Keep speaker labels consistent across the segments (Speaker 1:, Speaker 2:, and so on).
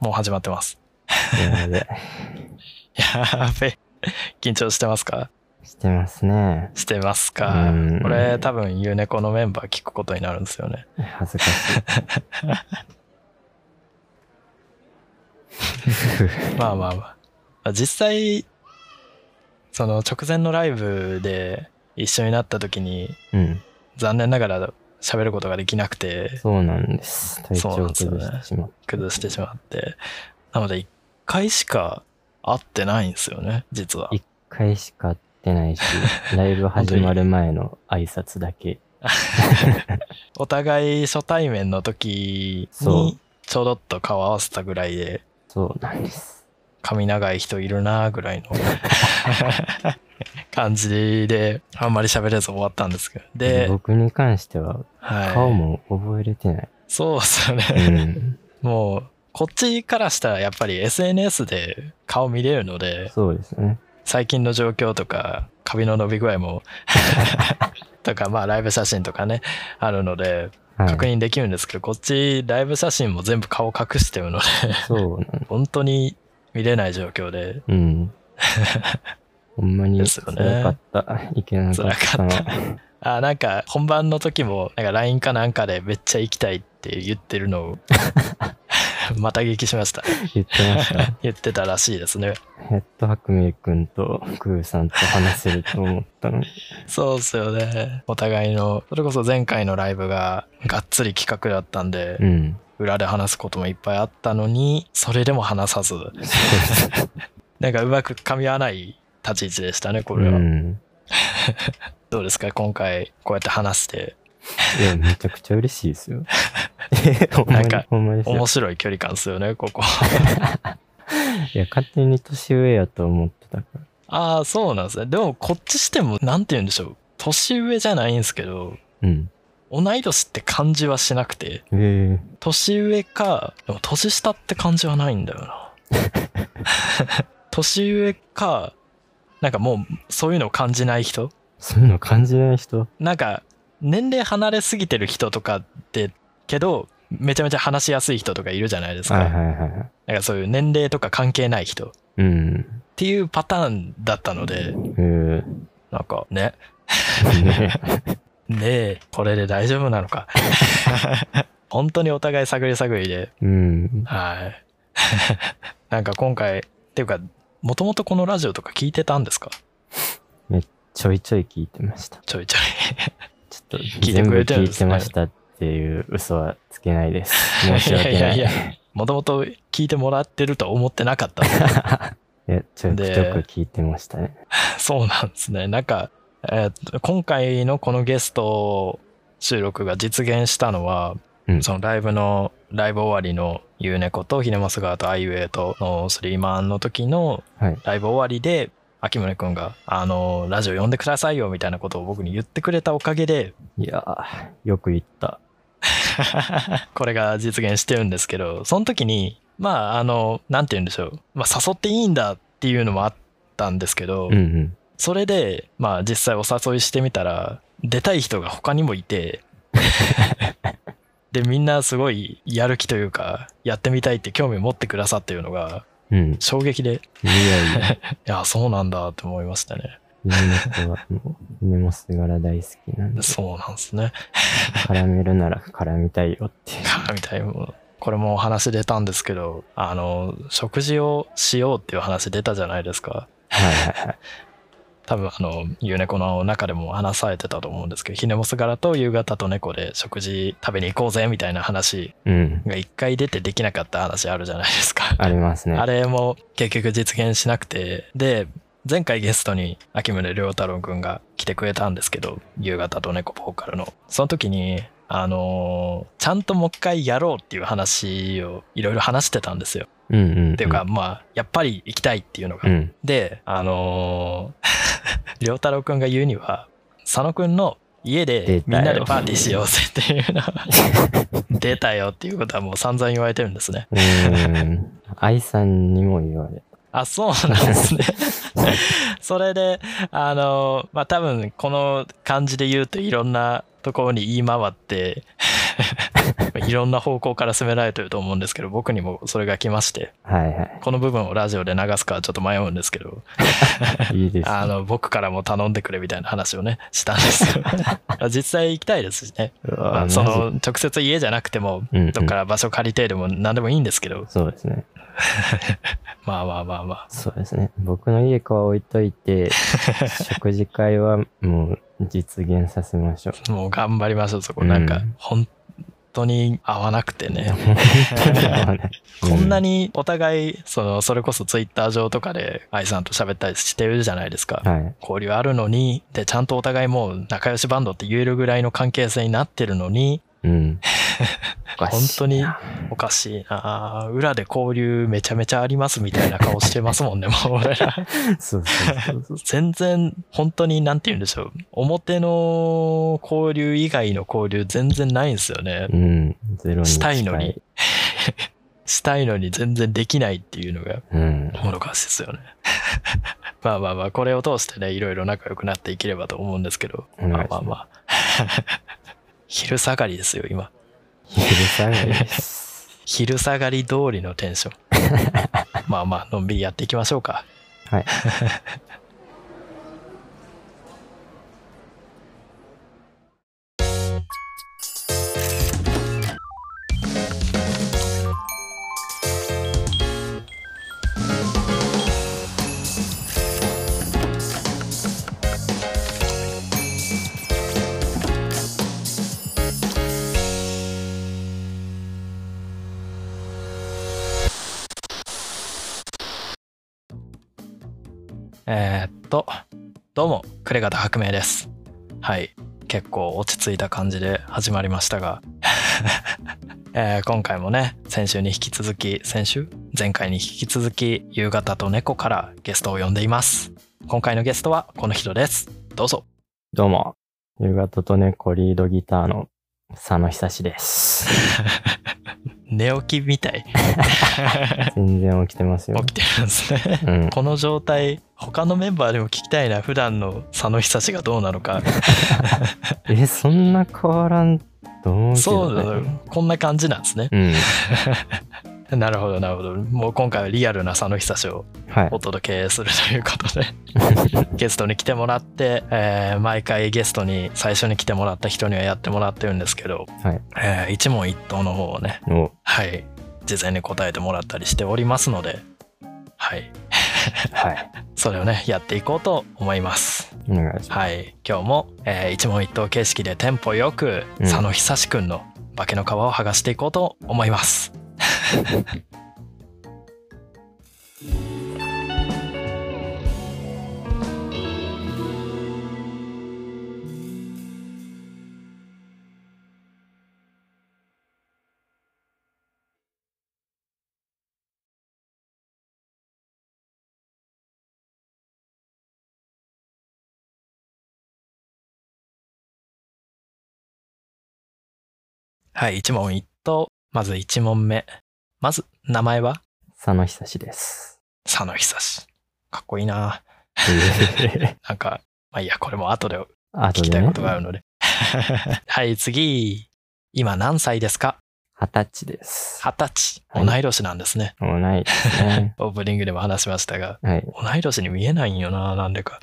Speaker 1: もう始まってます。
Speaker 2: やべ。
Speaker 1: やーべ。緊張してますか
Speaker 2: してますね。
Speaker 1: してますか
Speaker 2: うん。
Speaker 1: これ多分ユネコのメンバー聞くことになるんですよね。
Speaker 2: 恥ずかしい。
Speaker 1: まあまあまあ。実際、その直前のライブで一緒になった時に
Speaker 2: うん。
Speaker 1: 残念ながら喋ることができなくて
Speaker 2: そうなんです。体調
Speaker 1: そうなん
Speaker 2: を
Speaker 1: ですよね
Speaker 2: 崩してしまう。
Speaker 1: 崩してしまって。なので一回しか会ってないんですよね、実は。
Speaker 2: 一回しか会ってな いし、ライブ始まる前の挨拶だけ。
Speaker 1: お互い初対面の時
Speaker 2: そ
Speaker 1: に
Speaker 2: う
Speaker 1: ちょろっと顔合わせたぐらいで
Speaker 2: そうなんです。
Speaker 1: 髪長い人いるなぐらいの感じであんまり喋れず終わったんですけどで、
Speaker 2: 僕に関しては
Speaker 1: はい、
Speaker 2: 顔も覚えれてない。
Speaker 1: そうですよ
Speaker 2: う
Speaker 1: ね、
Speaker 2: ん。
Speaker 1: もうこっちからしたらやっぱり SNS で顔見れるので
Speaker 2: そうですね。
Speaker 1: 最近の状況とか髪の伸び具合も とかまあライブ写真とかねあるので
Speaker 2: はい
Speaker 1: 確。認できるんですけど、こっちライブ写真も全部顔隠してるので
Speaker 2: そうなん
Speaker 1: 本当に見れない状況で
Speaker 2: うん。ほんまに
Speaker 1: ですよ
Speaker 2: 辛
Speaker 1: ね
Speaker 2: かった。いけなかった
Speaker 1: 辛
Speaker 2: な。
Speaker 1: あなんか本番の時もなんか LINE かなんかでめっちゃ行きたいって言ってるのを また聞きしました
Speaker 2: 言ってました。
Speaker 1: 言ってたらしいですね
Speaker 2: やっと白明君とクーさんと話せると思ったのに。
Speaker 1: そうっすよねお互いのそれこそ前回のライブががっつり企画だったんで
Speaker 2: うん。
Speaker 1: 裏で話すこともいっぱいあったのにそれでも話さずなんかうまく噛み合わない立ち位置でしたねこ
Speaker 2: う
Speaker 1: れは、
Speaker 2: ん。
Speaker 1: どうですか今回こうやって話して
Speaker 2: いや、めちゃくちゃ嬉しいで すよ。えほんま
Speaker 1: なん
Speaker 2: に
Speaker 1: か、
Speaker 2: ほんまですよ
Speaker 1: 面。白い距離感ですよねここ
Speaker 2: いや、勝手に年上やと思ってたか
Speaker 1: ああ、そうなんですね。でも、こっちしても、なんて言うんでしょう。年上じゃないんですけど、
Speaker 2: ら。うん。
Speaker 1: 同い年って感じはしなくて、
Speaker 2: ええ
Speaker 1: 年上か、でも年下って感じはないんだよな。 年上か、なんかもう、そういうのを感じない人
Speaker 2: そういうの感じない人
Speaker 1: なんか、年齢離れすぎてる人とかって、けど、めちゃめちゃ話しやすい人とかいるじゃないですか。
Speaker 2: はいはいはいはい。
Speaker 1: なんかそういう年齢とか関係ない人っ
Speaker 2: うん。
Speaker 1: ていうパターンだったので、
Speaker 2: ええ
Speaker 1: なんかね、
Speaker 2: ね
Speaker 1: で、これで大丈夫なのか。本当にお互い探り探りで、
Speaker 2: うん。
Speaker 1: はい。 なんか今回、っていうか、もともとこのラジオとか聞いてたんですか
Speaker 2: ちょいちょい聞いてました。
Speaker 1: ちょいちょ
Speaker 2: ちょっと、
Speaker 1: 聞いて
Speaker 2: 全
Speaker 1: く
Speaker 2: 部
Speaker 1: れてるん
Speaker 2: 聞い
Speaker 1: です
Speaker 2: て
Speaker 1: ね
Speaker 2: ましたっていう嘘はつけないです。申
Speaker 1: い。
Speaker 2: し訳ない。いや
Speaker 1: いやいや、もともと聞いてもらってるとは思ってなかったんで
Speaker 2: ちょくちょく
Speaker 1: で
Speaker 2: 聞いてましたね。
Speaker 1: そうなんですね。なんか、えー今回のこのゲスト収録が実現したのは、
Speaker 2: うん
Speaker 1: そのライブの、ライブ終わりのゆうねことひねますがとあいうえとのスリーマンの時の
Speaker 2: はい。
Speaker 1: ライブ終わりで、秋宗くんが、あの、ラジオ呼んでくださいよ、みたいなことを僕に言ってくれたおかげで、
Speaker 2: いやー、よく言った。
Speaker 1: これが実現してるんですけど、その時に、まあ、あの、なんて言うんでしょう。まあ、誘っていいんだっていうのもあったんですけど、
Speaker 2: うんうん。
Speaker 1: それで、まあ、実際お誘いしてみたら、出たい人が他にもいて、で、みんなすごいやる気というか、やってみたいって興味を持ってくださっていうのが、
Speaker 2: うん。
Speaker 1: 衝撃で、い
Speaker 2: いやいや、
Speaker 1: や、そうなんだって思いましたね。
Speaker 2: 犬猫はもう、犬もすがら大好きなんで、
Speaker 1: そうなんですね。
Speaker 2: 絡めるなら絡みたいよっていう。
Speaker 1: みたいなものこれもお話出たんですけどあの食事をしようっていう話出たじゃないですか
Speaker 2: はいはいはい。
Speaker 1: 多分あのゆう猫の中でも話されてたと思うんですけどひねもす柄と夕方と猫で食事食べに行こうぜみたいな話
Speaker 2: うん。
Speaker 1: が一回出てできなかった話あるじゃないですか
Speaker 2: ありますね。
Speaker 1: あれも結局実現しなくてで前回ゲストに秋宗良太郎くんが来てくれたんですけど夕方と猫ボーカルのその時にあのーちゃんともう一回やろうっていう話をいろいろ話してたんですよ。
Speaker 2: うんうんん。
Speaker 1: っていうか、まあやっぱり行きたいっていうのが。
Speaker 2: うん。
Speaker 1: であのー 良太郎くんが言うには佐野くんの家
Speaker 2: 出
Speaker 1: で
Speaker 2: たよ
Speaker 1: みんなでパーティーしようぜっていうの を出たよっていうことはもう散々言われてるんですね。
Speaker 2: うーん。愛さんにも言われ
Speaker 1: あ、そうなんです ね。それで、あの、まあ、多分、 この感じで言うといろんなところに言い回って、いいろんな方向から攻められてると思うんですけど、僕にもそれが来まして、
Speaker 2: はいは
Speaker 1: この部分をラジオで流すかはちょっと迷うんですけど、
Speaker 2: い。いいですね。
Speaker 1: あの、僕からも頼んでくれみたいな話をね、したんです よ。実際行きたいですしね。
Speaker 2: わ
Speaker 1: そ
Speaker 2: マ
Speaker 1: の、直接家じゃなくても、
Speaker 2: うんうん
Speaker 1: どっから場所借りてでも何でもいいんですけど、
Speaker 2: そうですね。
Speaker 1: まあまあまあまあ。
Speaker 2: そうですね。僕の家かは置いといて、食事会はもう実現させましょう。
Speaker 1: もう頑張りましょう、そこ。
Speaker 2: うん
Speaker 1: なんか、本当に合わなくてね。こんな
Speaker 2: に、
Speaker 1: にお互い、その、それこそツイッター上とかで愛さんと喋ったりしてるじゃないですか。
Speaker 2: はい。
Speaker 1: 交流あるのに、で、ちゃんとお互いもう仲良しバンドって言えるぐらいの関係性になってるのに、
Speaker 2: うん。おか
Speaker 1: 本
Speaker 2: し
Speaker 1: 当
Speaker 2: い
Speaker 1: に
Speaker 2: な
Speaker 1: おかしいなあ裏で交流めちゃめちゃありますみたいな顔してますもんね、もう 俺ら。
Speaker 2: そうそうそう
Speaker 1: 全然、本当になんて言うんでしょう。表の交流以外の交流全然ないんですよね。
Speaker 2: そう。うん。ゼロに近い。
Speaker 1: したいのに。したいのに全然できないっていうのが、
Speaker 2: うん。
Speaker 1: もどかしいですよね。 まあまあまあ、これを通してね、いろいろ仲良くなっていければと思うんですけど。
Speaker 2: お願
Speaker 1: ま
Speaker 2: いしま
Speaker 1: あ
Speaker 2: す
Speaker 1: まあま あ。昼下がりですよ、今。
Speaker 2: 昼下がり です。
Speaker 1: 昼下がり通りのテンシ ョン。まあまあ、のんびりやっていきましょうか。
Speaker 2: はい。
Speaker 1: えーっと、どうも、クレガタ白明です。はい。結構落ち着いた感じで始まりましたが、 えー今回もね、先週に引き続き、先週前回に引き続き、夕方と猫からゲストを呼んでいます。今回のゲストはこの人です。どうぞ。
Speaker 2: どうも。夕方と猫リードギターの佐野久 志です。
Speaker 1: 寝起きみたい。
Speaker 2: 全然起きてますよ
Speaker 1: 起。きてるんです ね。
Speaker 2: うん。
Speaker 1: この状態、他のメンバーでも聞きたいな。普段の佐野久志がどうなのか。
Speaker 2: え、そんな変わらんと思うけ
Speaker 1: そ
Speaker 2: ど、
Speaker 1: う
Speaker 2: ね。
Speaker 1: だね、こんな感じなんですね。
Speaker 2: うん。
Speaker 1: なるほどなるほどもう今回はリアルな佐野久志を
Speaker 2: はい
Speaker 1: お。届けするということで ゲストに来てもらって、えー毎回ゲストに最初に来てもらった人にはやってもらってるんですけど、
Speaker 2: はい
Speaker 1: えー一問一答の方をね
Speaker 2: お
Speaker 1: はい事前に答えてもらったりしておりますのではい
Speaker 2: はい。
Speaker 1: それをねやっていこうと思います
Speaker 2: お願いしま
Speaker 1: はい今日も、えー一問一答形式でテンポよく
Speaker 2: うん
Speaker 1: 佐野久志くんの化けの皮を剥がしていこうと思いますはい、一問一答。まず一問目。まず、名前は
Speaker 2: す。佐野久志です。
Speaker 1: 佐野久志。かっこいいななんか、まあいいや、これも後で聞
Speaker 2: あと
Speaker 1: き
Speaker 2: で
Speaker 1: たい
Speaker 2: ね
Speaker 1: こ、とがあるので。 はい、次。今何歳ですか
Speaker 2: 二十歳です。
Speaker 1: 二十
Speaker 2: は
Speaker 1: 歳。
Speaker 2: い
Speaker 1: 同い年なんですね。。
Speaker 2: もうないですね
Speaker 1: オープニングでも話しましたが、
Speaker 2: はい。
Speaker 1: 同い年に見えないんよななん でか。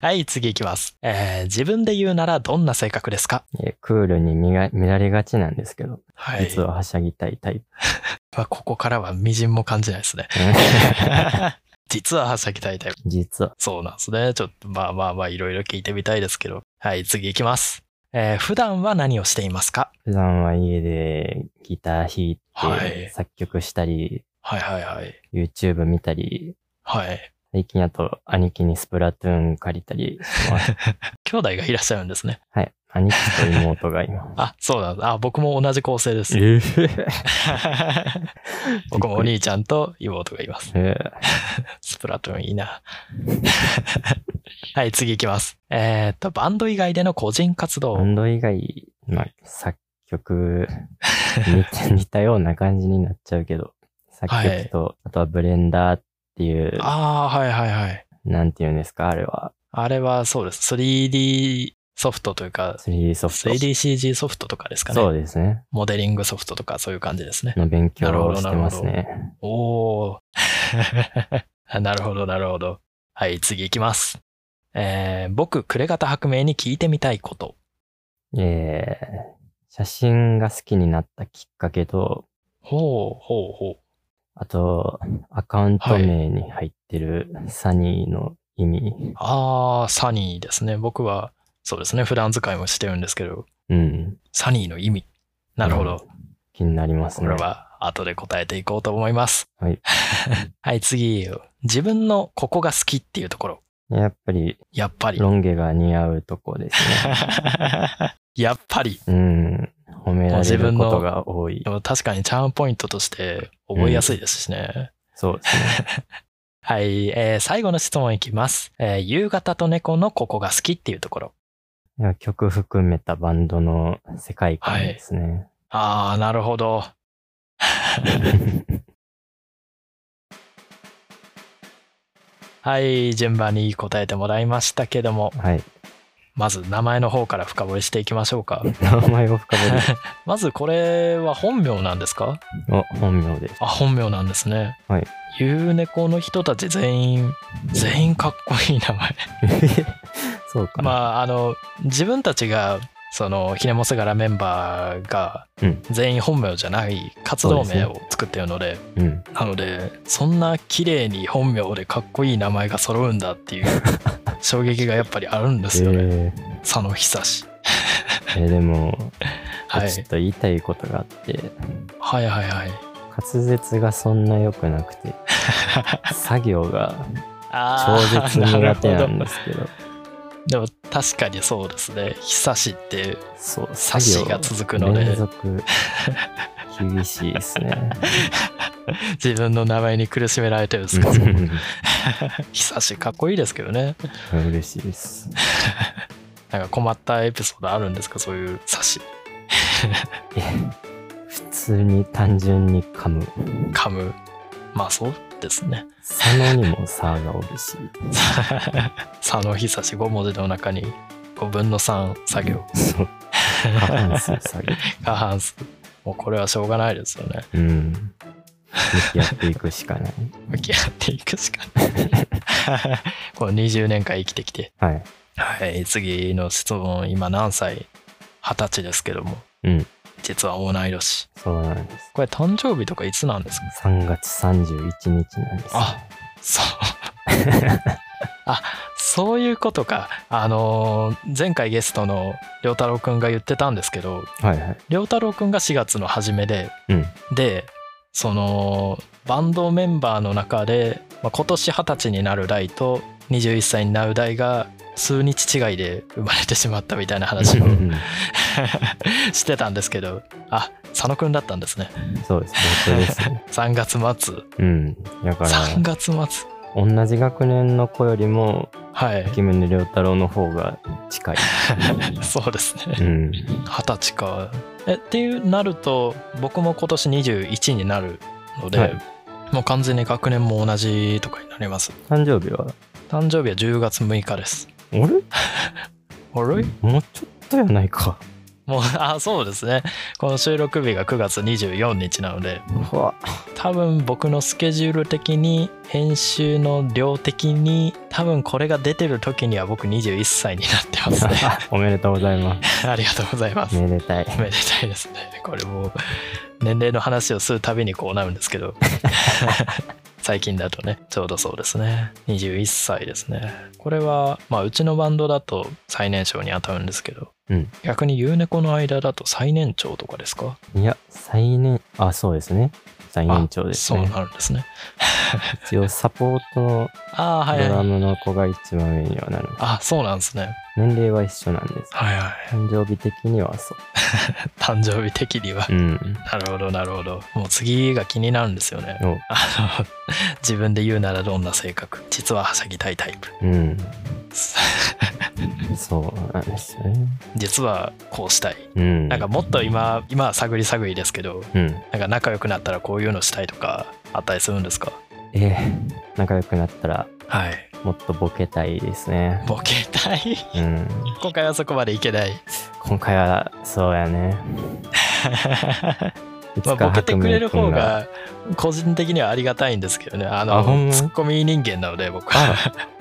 Speaker 1: はい、次いきます。えー自分で言うならどんな性格ですか
Speaker 2: えクールに見が見られがちなんですけど、
Speaker 1: はい。
Speaker 2: 実ははしゃぎたいタ イプ。
Speaker 1: まあここからは微塵も感じない ですね。実ははしゃぎたいタイプ
Speaker 2: 実は。
Speaker 1: そうなんですね。ちょっと、まあまあまあ、いろいろ聞いてみたいですけど。はい、次行きます。えー普段は何をしていますか
Speaker 2: 普段は家でギター弾い
Speaker 1: は
Speaker 2: て
Speaker 1: い
Speaker 2: 作曲したり、
Speaker 1: はいはいはい。
Speaker 2: YouTube 見たり、
Speaker 1: はい。
Speaker 2: 最近あと兄貴にスプラトゥーン借りたりし てます。
Speaker 1: 兄弟がいらっしゃるんですね。
Speaker 2: はい。兄貴と妹が今。
Speaker 1: あ、そうなんだ。あ、僕も同じ構成 です。
Speaker 2: え
Speaker 1: 僕もお兄ちゃんと妹がいます。
Speaker 2: え
Speaker 1: スプラトゥーンいいな。はい、次行きます。えーっと、バンド以外での個人活動。
Speaker 2: バンド以外、まあ、作曲似て、似たような感じになっちゃうけど、作曲と、あとはブレンダーっていう、
Speaker 1: ああ、はいはいはい。
Speaker 2: なんていうんですか、あれは。
Speaker 1: あれはそうです。3D ソフトというか、
Speaker 2: 3D ソフト。
Speaker 1: 3DCG ソフトとかですかね。
Speaker 2: そうですね。
Speaker 1: モデリングソフトとかそういう感じですね。
Speaker 2: の勉強をしてます
Speaker 1: な
Speaker 2: ね。
Speaker 1: おー。 なるほど、なるほど。はい、次行きます。えー、僕、暮れ方白明に聞いてみたいこと。
Speaker 2: えー、写真が好きになったきっかけと、
Speaker 1: ほう、ほう、ほう。
Speaker 2: あと、アカウント名に入ってるサニーの意味。
Speaker 1: あー、サニーですね。僕は、そうですね、普段使いもしてるんですけど、
Speaker 2: うん。
Speaker 1: サニーの意味。なるほど。
Speaker 2: 気になります
Speaker 1: これ
Speaker 2: ね。
Speaker 1: は後で答えていこうと思います。
Speaker 2: はい。
Speaker 1: はい、次。自分のここが好きっていうところ。
Speaker 2: やっぱり、
Speaker 1: やっぱり。
Speaker 2: ロン毛が似合うとこですね。
Speaker 1: やっぱり。
Speaker 2: うん。褒められることが多い
Speaker 1: で。も確かにチャームポイントとして覚えやすいですしね。
Speaker 2: そうですね。
Speaker 1: はい、えー最後の質問いきます。えー夕方と猫のここが好きっていうところ。
Speaker 2: いや曲含めたバンドの世界観ですね。
Speaker 1: ああ、なるほ ど。はい、順番に答えてもらいましたけども、
Speaker 2: はい。
Speaker 1: まず名前の方から深掘りしていきましょうか。
Speaker 2: 名前を深掘 り。
Speaker 1: まずこれは本名なんですか
Speaker 2: お、本名です。
Speaker 1: あ、本名なんですね。
Speaker 2: はい。
Speaker 1: ゆうねこの人たち全員、全員かっこいい名前。
Speaker 2: そうか。
Speaker 1: まああの自分たちがそのひねもすがらメンバーが
Speaker 2: うん
Speaker 1: 全員本名じゃない活動名を作っているので
Speaker 2: うん。
Speaker 1: なのでそんな綺麗に本名でかっこいい名前が揃うんだっていう 衝撃がやっぱりあるんで
Speaker 2: え
Speaker 1: すよね、
Speaker 2: ー
Speaker 1: 佐野久志、
Speaker 2: えーでも、
Speaker 1: はい、
Speaker 2: ちょっと言いたいことがあって、
Speaker 1: はいはいはい
Speaker 2: 滑舌がそんな良くなく て、作業が超
Speaker 1: あー
Speaker 2: 絶苦手な
Speaker 1: る
Speaker 2: ん
Speaker 1: ほど
Speaker 2: ですけど、
Speaker 1: でも確かにそうですね久志って
Speaker 2: そう、
Speaker 1: 差しが続くので
Speaker 2: 連続、厳しいです ね。
Speaker 1: 自分の名前に苦しめられてるんですか 久志かっこいいですけどね
Speaker 2: うん嬉しいです。
Speaker 1: なんか困ったエピソードあるんですかそういう差し
Speaker 2: 普通に単純に噛む。
Speaker 1: 噛むまあそうですね
Speaker 2: 佐野にも差がおるし。
Speaker 1: 佐野久し5文字の中に5分の3作業
Speaker 2: そう。過半数下 げ。
Speaker 1: 過半数もうこれはしょうがないですよね
Speaker 2: うん。向き合っていくしかない。
Speaker 1: 向き合っていくしか ないこの20年間生きてきて
Speaker 2: はい。
Speaker 1: はい次の質問今何歳二十歳ですけども
Speaker 2: うん。
Speaker 1: 実は同い年
Speaker 2: そうなんです。
Speaker 1: これ誕生日とかいつなんですか
Speaker 2: 3月31日なんです。
Speaker 1: あそうあそういうことかあのー前回ゲストの良太郎くんが言ってたんですけど
Speaker 2: はいはい。
Speaker 1: 良太郎くんが4月の初めで
Speaker 2: うん。
Speaker 1: でそのバンドメンバーの中で、まあ、今年二十歳になる代と21歳になる代が数日違いで生まれてしまったみたいな話をしてたんですけどあ佐野くんだったんですね
Speaker 2: そうです。本当ですね。
Speaker 1: 3月末
Speaker 2: うん。だか
Speaker 1: 3
Speaker 2: ら、
Speaker 1: 月末
Speaker 2: 同じ学年の子よりも、
Speaker 1: はい
Speaker 2: キムネリョウタロウの方が近い。
Speaker 1: そうですね
Speaker 2: うん。
Speaker 1: 二十歳かえっていうなると僕も今年21になるので、
Speaker 2: はい
Speaker 1: もう完全に学年も同じとかになります
Speaker 2: 誕生日は、
Speaker 1: 誕生日は10月6日です
Speaker 2: あれ
Speaker 1: あれ
Speaker 2: もうちょっとやないか。
Speaker 1: もうあそうですねこの収録日が9月24日なので
Speaker 2: うわ。
Speaker 1: 多分僕のスケジュール的に編集の量的に多分これが出てる時には僕21歳になってますね
Speaker 2: おめでとうございま
Speaker 1: ありがとうございます
Speaker 2: す。 めでたい。
Speaker 1: おめでたいですねこれもう年齢の話をするたびにこうなるんですけ ど最近だとねちょうどそうですね21歳ですねこれはまあうちのバンドだと最年少に当たるんですけど、
Speaker 2: うん
Speaker 1: 逆にユーネコの間だと最年長とかですか
Speaker 2: いや、最年、あ、そうですね。最年長です
Speaker 1: そう
Speaker 2: ね。
Speaker 1: なるんですね
Speaker 2: 一応、サポートの
Speaker 1: ああ
Speaker 2: ド
Speaker 1: はい
Speaker 2: ラ
Speaker 1: はい
Speaker 2: ムの子が一番上にはなる。
Speaker 1: あそうなんですね
Speaker 2: 年齢は一緒なんです。
Speaker 1: はいはい
Speaker 2: 誕生日的にはそ
Speaker 1: 誕生日的には
Speaker 2: う。うん。
Speaker 1: なるほどなるほどもう次が気になるんですよね
Speaker 2: お
Speaker 1: あの自分で言うならどんな性格実ははしゃぎたいタイプ
Speaker 2: うん。そうなんですよね。
Speaker 1: 実はこうしたい
Speaker 2: うん。
Speaker 1: なんか、もっと今今は探り探りですけど
Speaker 2: うん。
Speaker 1: なんか仲良くなったらこういうのしたいとかあったりするんですか
Speaker 2: ええ仲良くなったら、
Speaker 1: はい
Speaker 2: もっとボケたいですね。
Speaker 1: ボケたい
Speaker 2: うん。
Speaker 1: 今回はそこまでいけない
Speaker 2: 今回は、そうやね。い
Speaker 1: まあ
Speaker 2: つか
Speaker 1: ボケてくれる方
Speaker 2: 白明君が。
Speaker 1: が個人的にはありがたいんですけどねあの
Speaker 2: あほんま
Speaker 1: ツッコミ人間なので僕は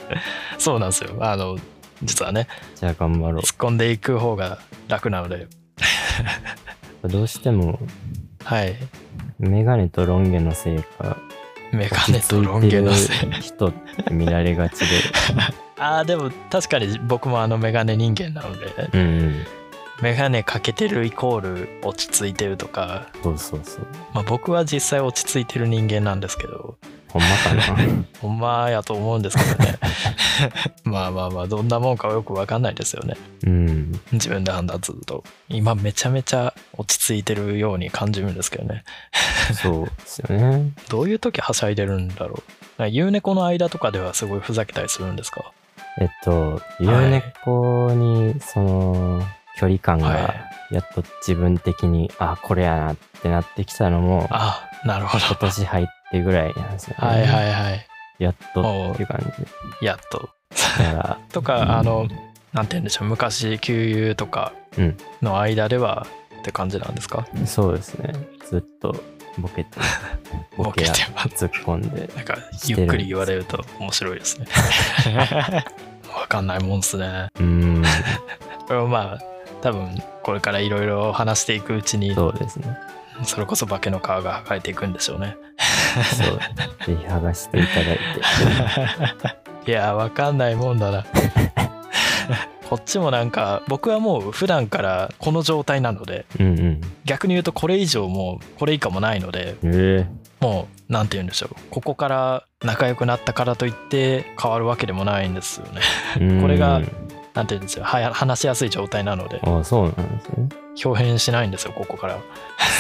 Speaker 1: そうなんですよあの実はね
Speaker 2: じゃあ頑張ろ
Speaker 1: 突っ込んでいく方が楽なので
Speaker 2: う。どうしても、
Speaker 1: はい
Speaker 2: メガネとロン毛のせいか、
Speaker 1: メガネとロン毛のせい
Speaker 2: 落ち着いてる人って見られがちで。
Speaker 1: ああでも確かに僕もあのメガネ人間なので
Speaker 2: うんうん。
Speaker 1: メガネかけてるイコール落ち着いてるとか、
Speaker 2: そうそうそう。
Speaker 1: まあ、僕は実際落ち着いてる人間なんですけど
Speaker 2: ほんまかな
Speaker 1: ほんまやと思うんですけどねまあまあまあどんなもんかはよくわかんないですよね
Speaker 2: うん。
Speaker 1: 自分で判断すると今めちゃめちゃ落ち着いてるように感じるんですけどね
Speaker 2: そうですよね。
Speaker 1: どういう時はしゃいでるんだろうなんか夕猫の間とかではすごいふざけたりするんですか
Speaker 2: えっと、ゆうねこに、その、距離感
Speaker 1: はい
Speaker 2: が、やっと自分的に、あ、これやなってなってきたのも、
Speaker 1: あなるほど
Speaker 2: 今年入ってぐらいなんですよね。
Speaker 1: はいはいはい
Speaker 2: やっと
Speaker 1: おう
Speaker 2: っていう感じ。
Speaker 1: やっと
Speaker 2: だから、
Speaker 1: とかあのなんて言うんでしょう昔給油とか
Speaker 2: うん
Speaker 1: の間ではって感じなんですか、
Speaker 2: そうですね。ずっとボケて、
Speaker 1: ボケて
Speaker 2: や
Speaker 1: ます
Speaker 2: 突っ込んで。
Speaker 1: なんかゆっくり言われると面白いです ねわかんないもんですね
Speaker 2: うーん、
Speaker 1: これもまあ多分これからいろいろ話していくうちに
Speaker 2: そうですね。
Speaker 1: それこそ化けの皮が剥がれていくんでしょうね
Speaker 2: そう。ぜひ剥がしていただいて。
Speaker 1: いやーわかんないもんだ なこっちもなんか僕はもう普段からこの状態なので
Speaker 2: うんうん。
Speaker 1: 逆に言うとこれ以上もうこれ以下もないので
Speaker 2: えー、
Speaker 1: もうなんて言うんでしょうここから仲良くなったからといって変わるわけでもないんですよね
Speaker 2: うーん
Speaker 1: これがなんて言うんですよはや話しやすい状態なので
Speaker 2: あそうなんですね。
Speaker 1: 表変しないんですよここから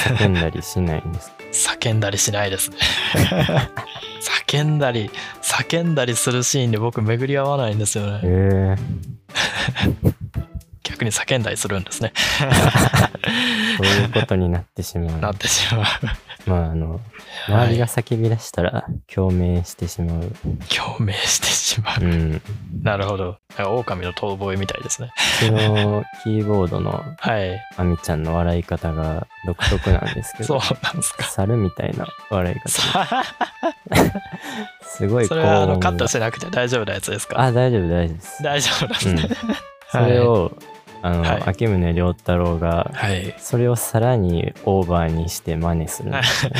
Speaker 2: 叫んだりしないんです。
Speaker 1: 叫んだりしない ですね叫んだり叫んだりするシーンで僕巡り合わないんですよ
Speaker 2: ええ
Speaker 1: ね逆に叫んだりするんですね
Speaker 2: そういうことになってしまう。
Speaker 1: なってしまう
Speaker 2: まあ、あの、
Speaker 1: はい
Speaker 2: 周りが叫び出したら共鳴してしまう。
Speaker 1: 共鳴してしまう
Speaker 2: うん。う
Speaker 1: なるほどなんか狼の遠吠えみたいですね
Speaker 2: ちのキーボードの
Speaker 1: はい
Speaker 2: あみちゃんの笑い方が独特なんです け
Speaker 1: そう
Speaker 2: ど、
Speaker 1: なんですか
Speaker 2: 猿みたいな笑い方。
Speaker 1: さ
Speaker 2: すごい
Speaker 1: それはあ
Speaker 2: 高
Speaker 1: の
Speaker 2: 音
Speaker 1: カッ
Speaker 2: が
Speaker 1: トしなくて大丈夫なやつですか
Speaker 2: あ、大丈夫、大丈夫です。
Speaker 1: 大丈夫なん ですね、
Speaker 2: それを、あの、
Speaker 1: はい
Speaker 2: 秋宗良太郎が、
Speaker 1: はい
Speaker 2: それをさらにオーバーにして真似するんですよね、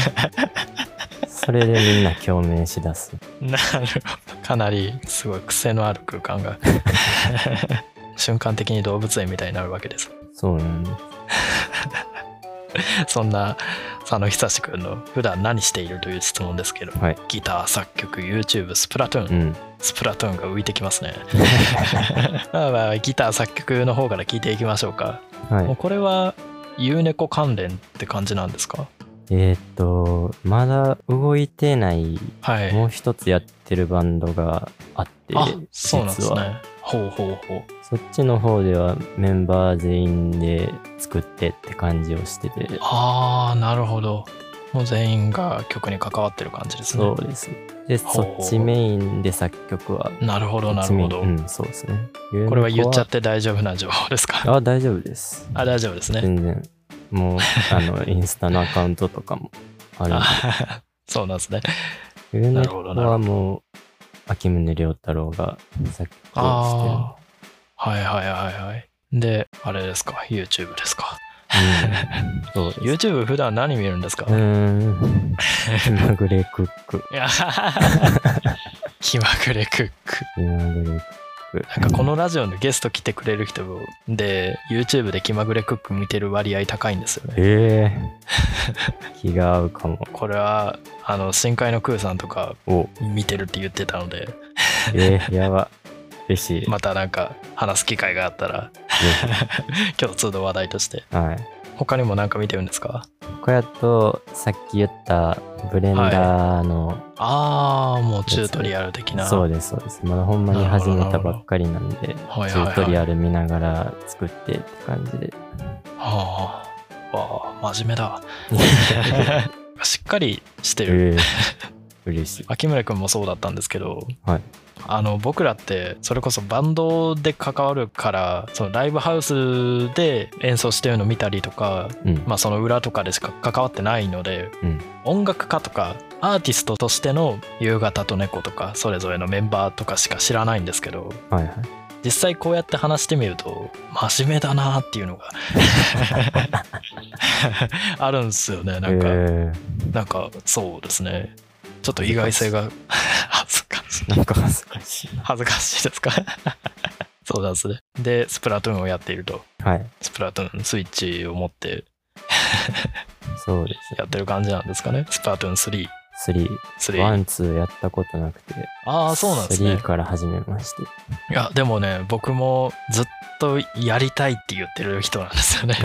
Speaker 2: それでみんな共鳴しだす。
Speaker 1: なるほどかなりすごい癖のある空間 が瞬間的に動物園みたいになるわけです
Speaker 2: そうなんです。
Speaker 1: そんな佐野久志くんの普段何しているという質問ですけど、
Speaker 2: はい
Speaker 1: ギター作曲 YouTube スプラトゥーン、
Speaker 2: うん。
Speaker 1: スプラトゥーンが浮いてき ますねまあまあギター作曲の方から聞いていきましょうか、
Speaker 2: はい
Speaker 1: もう。これはユーネコ関連って感じなんですか
Speaker 2: えーっと、まだ動いてない、
Speaker 1: はい
Speaker 2: もう一つやってるバンドがあって、
Speaker 1: あそうなんで
Speaker 2: 実
Speaker 1: す
Speaker 2: は、
Speaker 1: ねほうほうほ
Speaker 2: そっちの方ではメンバー全員で作ってって感じをしてて、
Speaker 1: うああなるほどもう全員が曲に関わってる感じですね
Speaker 2: そうです。で、
Speaker 1: ほ
Speaker 2: そう
Speaker 1: ほう
Speaker 2: っちメインで作曲は、
Speaker 1: なるほどな
Speaker 2: そっち
Speaker 1: る
Speaker 2: メイ
Speaker 1: ほ
Speaker 2: ン
Speaker 1: ど、
Speaker 2: うん、そうですね。。
Speaker 1: これは言っちゃってて大丈夫な情報ですか
Speaker 2: あ、大丈夫です。
Speaker 1: あ大丈夫ですね
Speaker 2: 全然。 もう、あの、インスタのアカウントとかもあるんで
Speaker 1: あそうなんですね
Speaker 2: ゆう
Speaker 1: な
Speaker 2: ね
Speaker 1: る
Speaker 2: こ
Speaker 1: ほどなるほど
Speaker 2: はもう、秋宗良太郎が作曲を
Speaker 1: ああはいはいはいはいであれですか YouTube ですか
Speaker 2: してる。うん、そうです。
Speaker 1: YouTube 普段何見るんですか、
Speaker 2: うーん。気ま ぐれクック。
Speaker 1: いや 気まぐれクック
Speaker 2: 気まぐれクック。
Speaker 1: なんかこのラジオのゲスト来てくれる人で YouTube で気まぐれクック見てる割合高いんですよね
Speaker 2: ええ気が合うかも。
Speaker 1: これはあの深海のクーさんとか
Speaker 2: お、
Speaker 1: 見てるって言ってたので
Speaker 2: ええやば。嬉しい。ぜ
Speaker 1: またなんか話す機会があったら共通の話題として
Speaker 2: ひはい。
Speaker 1: 他にも何か見てるんですか
Speaker 2: これやと、さっき言ったブレンダーの、
Speaker 1: ああもうチュートリアル的な
Speaker 2: そうです、そうです。まだほんまに始めたばっかりなんで、チ
Speaker 1: はいはい
Speaker 2: ュ
Speaker 1: は
Speaker 2: ー
Speaker 1: い
Speaker 2: トリアル見ながら作ってって感じで。
Speaker 1: ああわあ真面目だ しっかりしてる
Speaker 2: ええ嬉しい。
Speaker 1: 秋村君もそうだったんですけど、
Speaker 2: はい
Speaker 1: あの僕らってそれこそバンドで関わるからそのライブハウスで演奏してるの見たりとか、
Speaker 2: うん。
Speaker 1: まあ、その裏とかでしか関わってないので、
Speaker 2: うん
Speaker 1: 音楽家とかアーティストとしての夕方と猫とかそれぞれのメンバーとかしか知らないんですけど
Speaker 2: はいはい。
Speaker 1: 実際こうやって話してみると真面目だなっていう のがあるんですよねなんか、
Speaker 2: え
Speaker 1: なんかそうですねちょっと意外性が恥ずかしい
Speaker 2: ー、なんか恥ずかしいな。
Speaker 1: 恥ずかしいですかそうなんですねでスプラトゥーンをやっていると
Speaker 2: はい。
Speaker 1: スプラトゥーンスイッチを持って
Speaker 2: そうです
Speaker 1: やってる感じなんですかねスプラトゥーン3
Speaker 2: ね。3。ワ
Speaker 1: 3
Speaker 2: ン、ツーやったことなくて。
Speaker 1: ああそうなんですね
Speaker 2: 3から始めまして。
Speaker 1: いやでもね僕もずっとやりたいって言ってる人なんです よね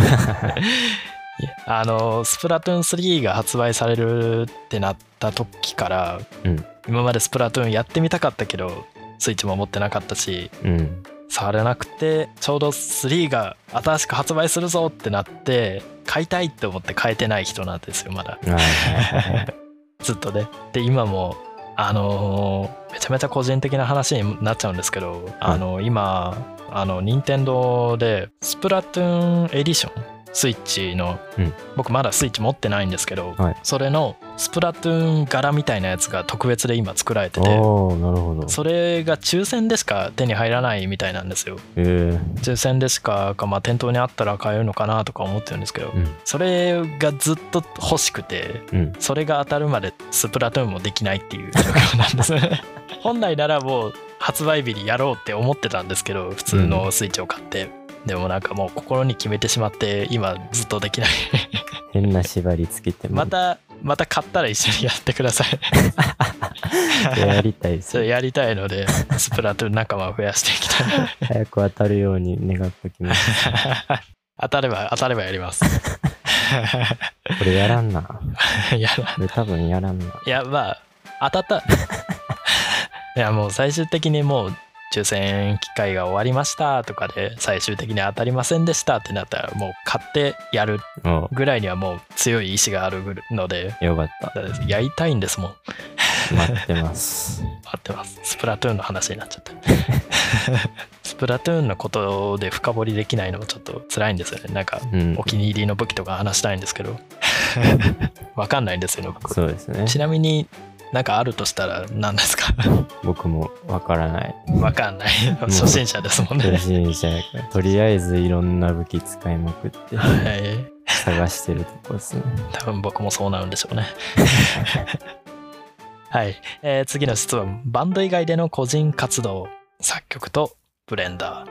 Speaker 1: いやあのスプラトゥーン3が発売されるってなった時から、
Speaker 2: うん
Speaker 1: 今までスプラトゥーンやってみたかったけどスイッチも持ってなかったし
Speaker 2: うん。
Speaker 1: 触れなくてちょうど3が新しく発売するぞってなって買いたいって思って買えてない人なんですよまだ
Speaker 2: はいはいはい。
Speaker 1: ずっとね。で、今も、あのーめちゃめちゃ個人的な話になっちゃうんですけど、あの今、あの、任天堂で、スプラトゥーンエディション、スイッチの、
Speaker 2: うん
Speaker 1: 僕まだスイッチ持ってないんですけど、
Speaker 2: はい
Speaker 1: それのスプラトゥーン柄みたいなやつが特別で今作られてて、
Speaker 2: おおなるほど。
Speaker 1: それが抽選でしか手に入らないみたいなんですよ。
Speaker 2: えー、
Speaker 1: 抽選でしかか、まあ、店頭にあったら買えるのかなとか思ってるんですけど、
Speaker 2: うん。
Speaker 1: それがずっと欲しくて、
Speaker 2: うん。
Speaker 1: それが当たるまでスプラトゥーンもできないっていう 状況なんですね本来ならもう発売日にやろうって思ってたんですけど普通のスイッチを買って、でもなんかもう心に決めてしまって今ずっとできない
Speaker 2: 変な縛りつけても
Speaker 1: またまた買ったら一緒にやってください
Speaker 2: やりたいで
Speaker 1: そ
Speaker 2: す
Speaker 1: れ。やりたいのでスプラトゥーン仲間を増やしていきたい
Speaker 2: 早く当たるように願っときます。
Speaker 1: 当たれば当たればやります
Speaker 2: これやらんな。
Speaker 1: いや
Speaker 2: これ多分やらんな。
Speaker 1: いやまあ当た ったいやもう最終的にもう抽選機会が終わりましたとかで最終的に当たりませんでしたってなったらもう買ってやる
Speaker 2: お
Speaker 1: ぐらいにはもう強い意志があるので
Speaker 2: うよかった。
Speaker 1: やりたいんですもん
Speaker 2: 待って ます。
Speaker 1: 待ってますスプラトゥーンの話になっち ゃったスプラトゥーンのことで深掘りできないのもちょっと辛いんですよねなんか
Speaker 2: うん
Speaker 1: お。気に入りの武器とか話したいんですけ どわかんないんですよね僕
Speaker 2: そうですね。
Speaker 1: ちなみになんかあるとしたら何ですか
Speaker 2: 僕もわからない。
Speaker 1: わかんない。初心者ですもん
Speaker 2: 初
Speaker 1: ね。
Speaker 2: 心者やから。とりあえずいろんな武器使いまくって
Speaker 1: はい。
Speaker 2: 探してるとこですね。
Speaker 1: 多分僕もそうなるんでしょうね。 はい、えー次の質問。バンド以外での個人活動、作曲とブレンダ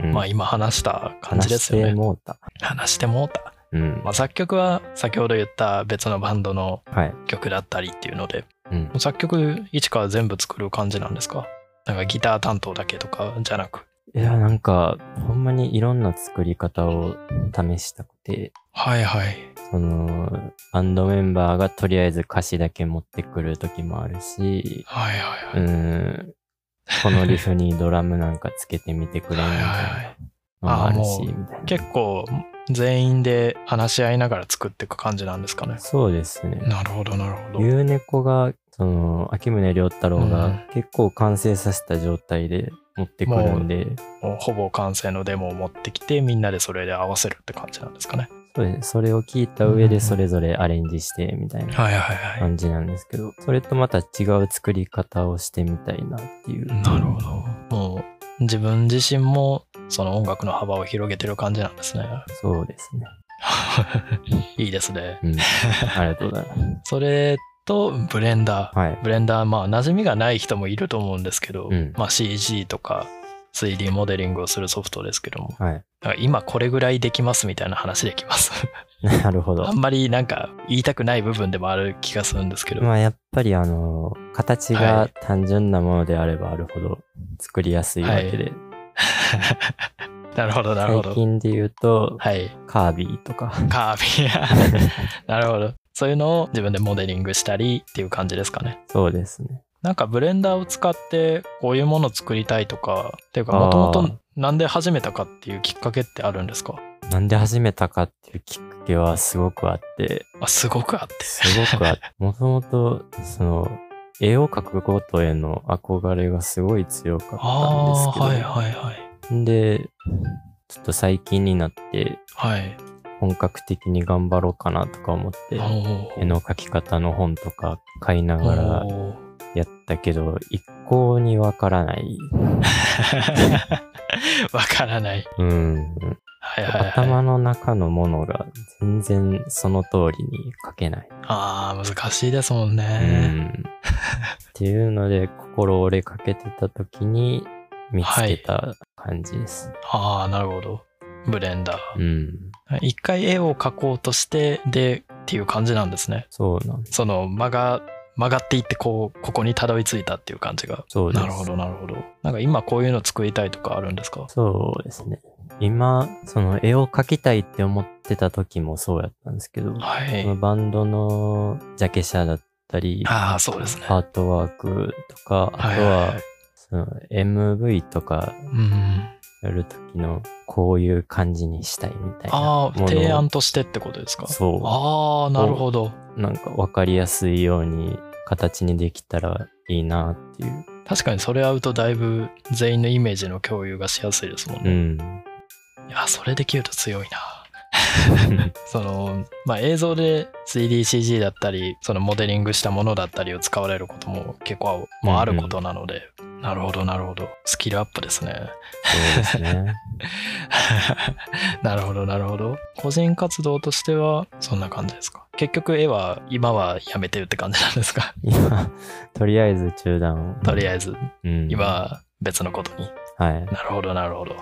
Speaker 1: ー。
Speaker 2: うん
Speaker 1: まあ今話した感じですよ
Speaker 2: 話して
Speaker 1: ね。
Speaker 2: もうた。
Speaker 1: 話してもうた。
Speaker 2: うん。
Speaker 1: まあ、作曲は先ほど言った別のバンドの
Speaker 2: はい。
Speaker 1: 曲だったりっていうので、
Speaker 2: うん。
Speaker 1: 作曲一から全部作る感じなんですかなんかギター担当だけとかじゃなく。
Speaker 2: いや、なんか、ほんまにいろんな作り方を試したくて、
Speaker 1: はいはい。
Speaker 2: その、バンドメンバーがとりあえず歌詞だけ持ってくる時もあるし、
Speaker 1: はいはいうはい。
Speaker 2: ーん、このリフにドラムなんかつけてみてくれみた
Speaker 1: はい
Speaker 2: い
Speaker 1: はいはい
Speaker 2: な。のもある
Speaker 1: あー
Speaker 2: し、
Speaker 1: も
Speaker 2: みたい
Speaker 1: 結構全員で話し合いながら作っていく感じなんですかね
Speaker 2: な。。そうですね。
Speaker 1: なるほどなるほど。
Speaker 2: ゆうねこが、その、秋宗良太郎
Speaker 1: う
Speaker 2: が
Speaker 1: ん
Speaker 2: 結構完成させた状態で持ってくるんで、
Speaker 1: もうほぼ完成のデモを持ってきてみんなでそれで合わせるって感じなんですかね。
Speaker 2: そうですそれを聞いた上でそれぞれアレンジして、みたいな。
Speaker 1: はいはいは
Speaker 2: 感じなんですけど、それとまた違う作り方をしてみたいなっていう。
Speaker 1: なるほど。もう自分自身もその音楽の幅を広げてる感じなんですね。
Speaker 2: そうですね。
Speaker 1: いいですね。
Speaker 2: うん。ありがとうございます。
Speaker 1: それとブレンダー。
Speaker 2: はい。
Speaker 1: ブレンダーまあ馴染みがない人もいると思うんですけど、
Speaker 2: うん
Speaker 1: まあ CG とか 3D モデリングをするソフトですけども
Speaker 2: はい。
Speaker 1: なんか今これぐらいできますみたいな話できます。
Speaker 2: なるほ
Speaker 1: あ
Speaker 2: ど。
Speaker 1: んまりなんか言いたくない部分でもある気がするんですけど。
Speaker 2: まあやっぱりあの、形
Speaker 1: は
Speaker 2: が
Speaker 1: い
Speaker 2: 単純なものであればあるほど作りやすいわけで、
Speaker 1: なるほど、なるほど。
Speaker 2: 最近で言うと、
Speaker 1: はい。
Speaker 2: カービィとか、
Speaker 1: カービ ィ。なるほど。そういうのを自分でモデリングしたりっていう感じですかね。
Speaker 2: そうですね。
Speaker 1: なんかブレンダーを使ってこういうもの作りたいとか、っていうか
Speaker 2: あー
Speaker 1: もともとなんで始めたかっていうきっかけってあるんですか
Speaker 2: なんで始めたかっていうきっかけはすごくあって、
Speaker 1: あ、すごくあって。
Speaker 2: すごくあって、もともと、その、絵を描くことへの憧れがすごい強かったん
Speaker 1: あ
Speaker 2: です
Speaker 1: あー、
Speaker 2: けど、
Speaker 1: はいはいはい。
Speaker 2: で、ちょっと最近になって
Speaker 1: はい。
Speaker 2: 本格的に頑張ろうかなとか思って、
Speaker 1: お
Speaker 2: 絵の描き方の本とか買いながら
Speaker 1: おー
Speaker 2: やったけど、一向にわからない。
Speaker 1: わからない。
Speaker 2: うん。
Speaker 1: はいはい、はい。
Speaker 2: 頭の中のものが全然その通りに描けない。
Speaker 1: ああ、難しいですもん
Speaker 2: う
Speaker 1: ね。
Speaker 2: ん。っていうので、心折れかけてた時に見つけた感じです。
Speaker 1: ああ、なるほど。ブレンダー。
Speaker 2: うん。
Speaker 1: 一回絵を描こうとして、で、っていう感じなんですね。
Speaker 2: そうなんです。
Speaker 1: その曲が、曲がっていって、こう、ここにたどり着いたっていう感じが。
Speaker 2: そうです。
Speaker 1: なるほど、なるほど。なんか今こういうの作りたいとかあるんですか
Speaker 2: そうですね。今、その絵を描きたいって思ってた時もそうやったんですけど、
Speaker 1: はい
Speaker 2: その。バンドのジャケ写だったり、
Speaker 1: ああ、そうですね。
Speaker 2: アートワークとか、あと
Speaker 1: はいはいは、
Speaker 2: はいその MV とか
Speaker 1: うん。
Speaker 2: やる時のこういう感じにしたいみたいな
Speaker 1: あ
Speaker 2: も
Speaker 1: あ、
Speaker 2: のを。
Speaker 1: 提案としてってことですか
Speaker 2: そ
Speaker 1: ああ、なるほど。
Speaker 2: う。なんかわかりやすいように形にできたらいいなっていう。
Speaker 1: 確かにそれ合うとだいぶ全員のイメージの共有がしやすいですもん
Speaker 2: う
Speaker 1: ね。
Speaker 2: ん。
Speaker 1: いや、それできると強いな。その、まあ、映像で 3DCG だったり、そのモデリングしたものだったりを使われることも結構あ,、まあ、あることなので、なるほど、なるほど。スキルアップです ね。
Speaker 2: そうです ね。
Speaker 1: なるほど、なるほど。個人活動としてはそんな感じですか。結局絵は今はやめてるって感じなんですか
Speaker 2: 今、とりあえず中断を。
Speaker 1: とりあえず、
Speaker 2: うん、
Speaker 1: 今は別のことに。
Speaker 2: はい。
Speaker 1: なるほど、なるほど。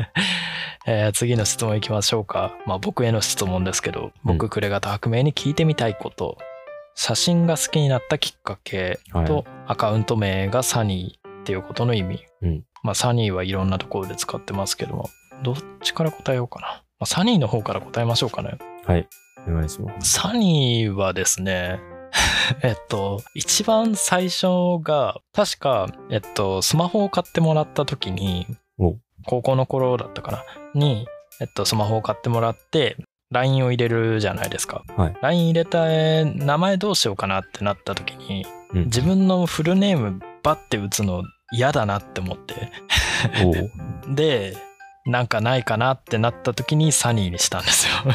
Speaker 1: えー次の質問いきましょうか。まあ、僕への質問ですけど、
Speaker 2: う
Speaker 1: 僕、暮れ方白明に聞いてみたいこと、写真が好きになったきっかけ
Speaker 2: はい
Speaker 1: と、アカウント名がサニーっていうことの意味。
Speaker 2: うん
Speaker 1: まあ、サニーはいろんなところで使ってますけども、どっちから答えようかな。まあ、サニーの方から答えましょうかね。
Speaker 2: はい。お願い します。
Speaker 1: サニーはですね、 えっと、一番最初が、確か、えっと、スマホを買ってもらった時に
Speaker 2: お、
Speaker 1: 高校の頃だったかな、に、えっと、スマホを買ってもらって、LINE を入れるじゃないですか。
Speaker 2: はい
Speaker 1: LINE 入れた、えー名前どうしようかなってなった時に、
Speaker 2: うん
Speaker 1: 自分のフルネームバッて打つの嫌だなって思って、
Speaker 2: おう
Speaker 1: でなんかないかなってなった時にサニーにしたんですよ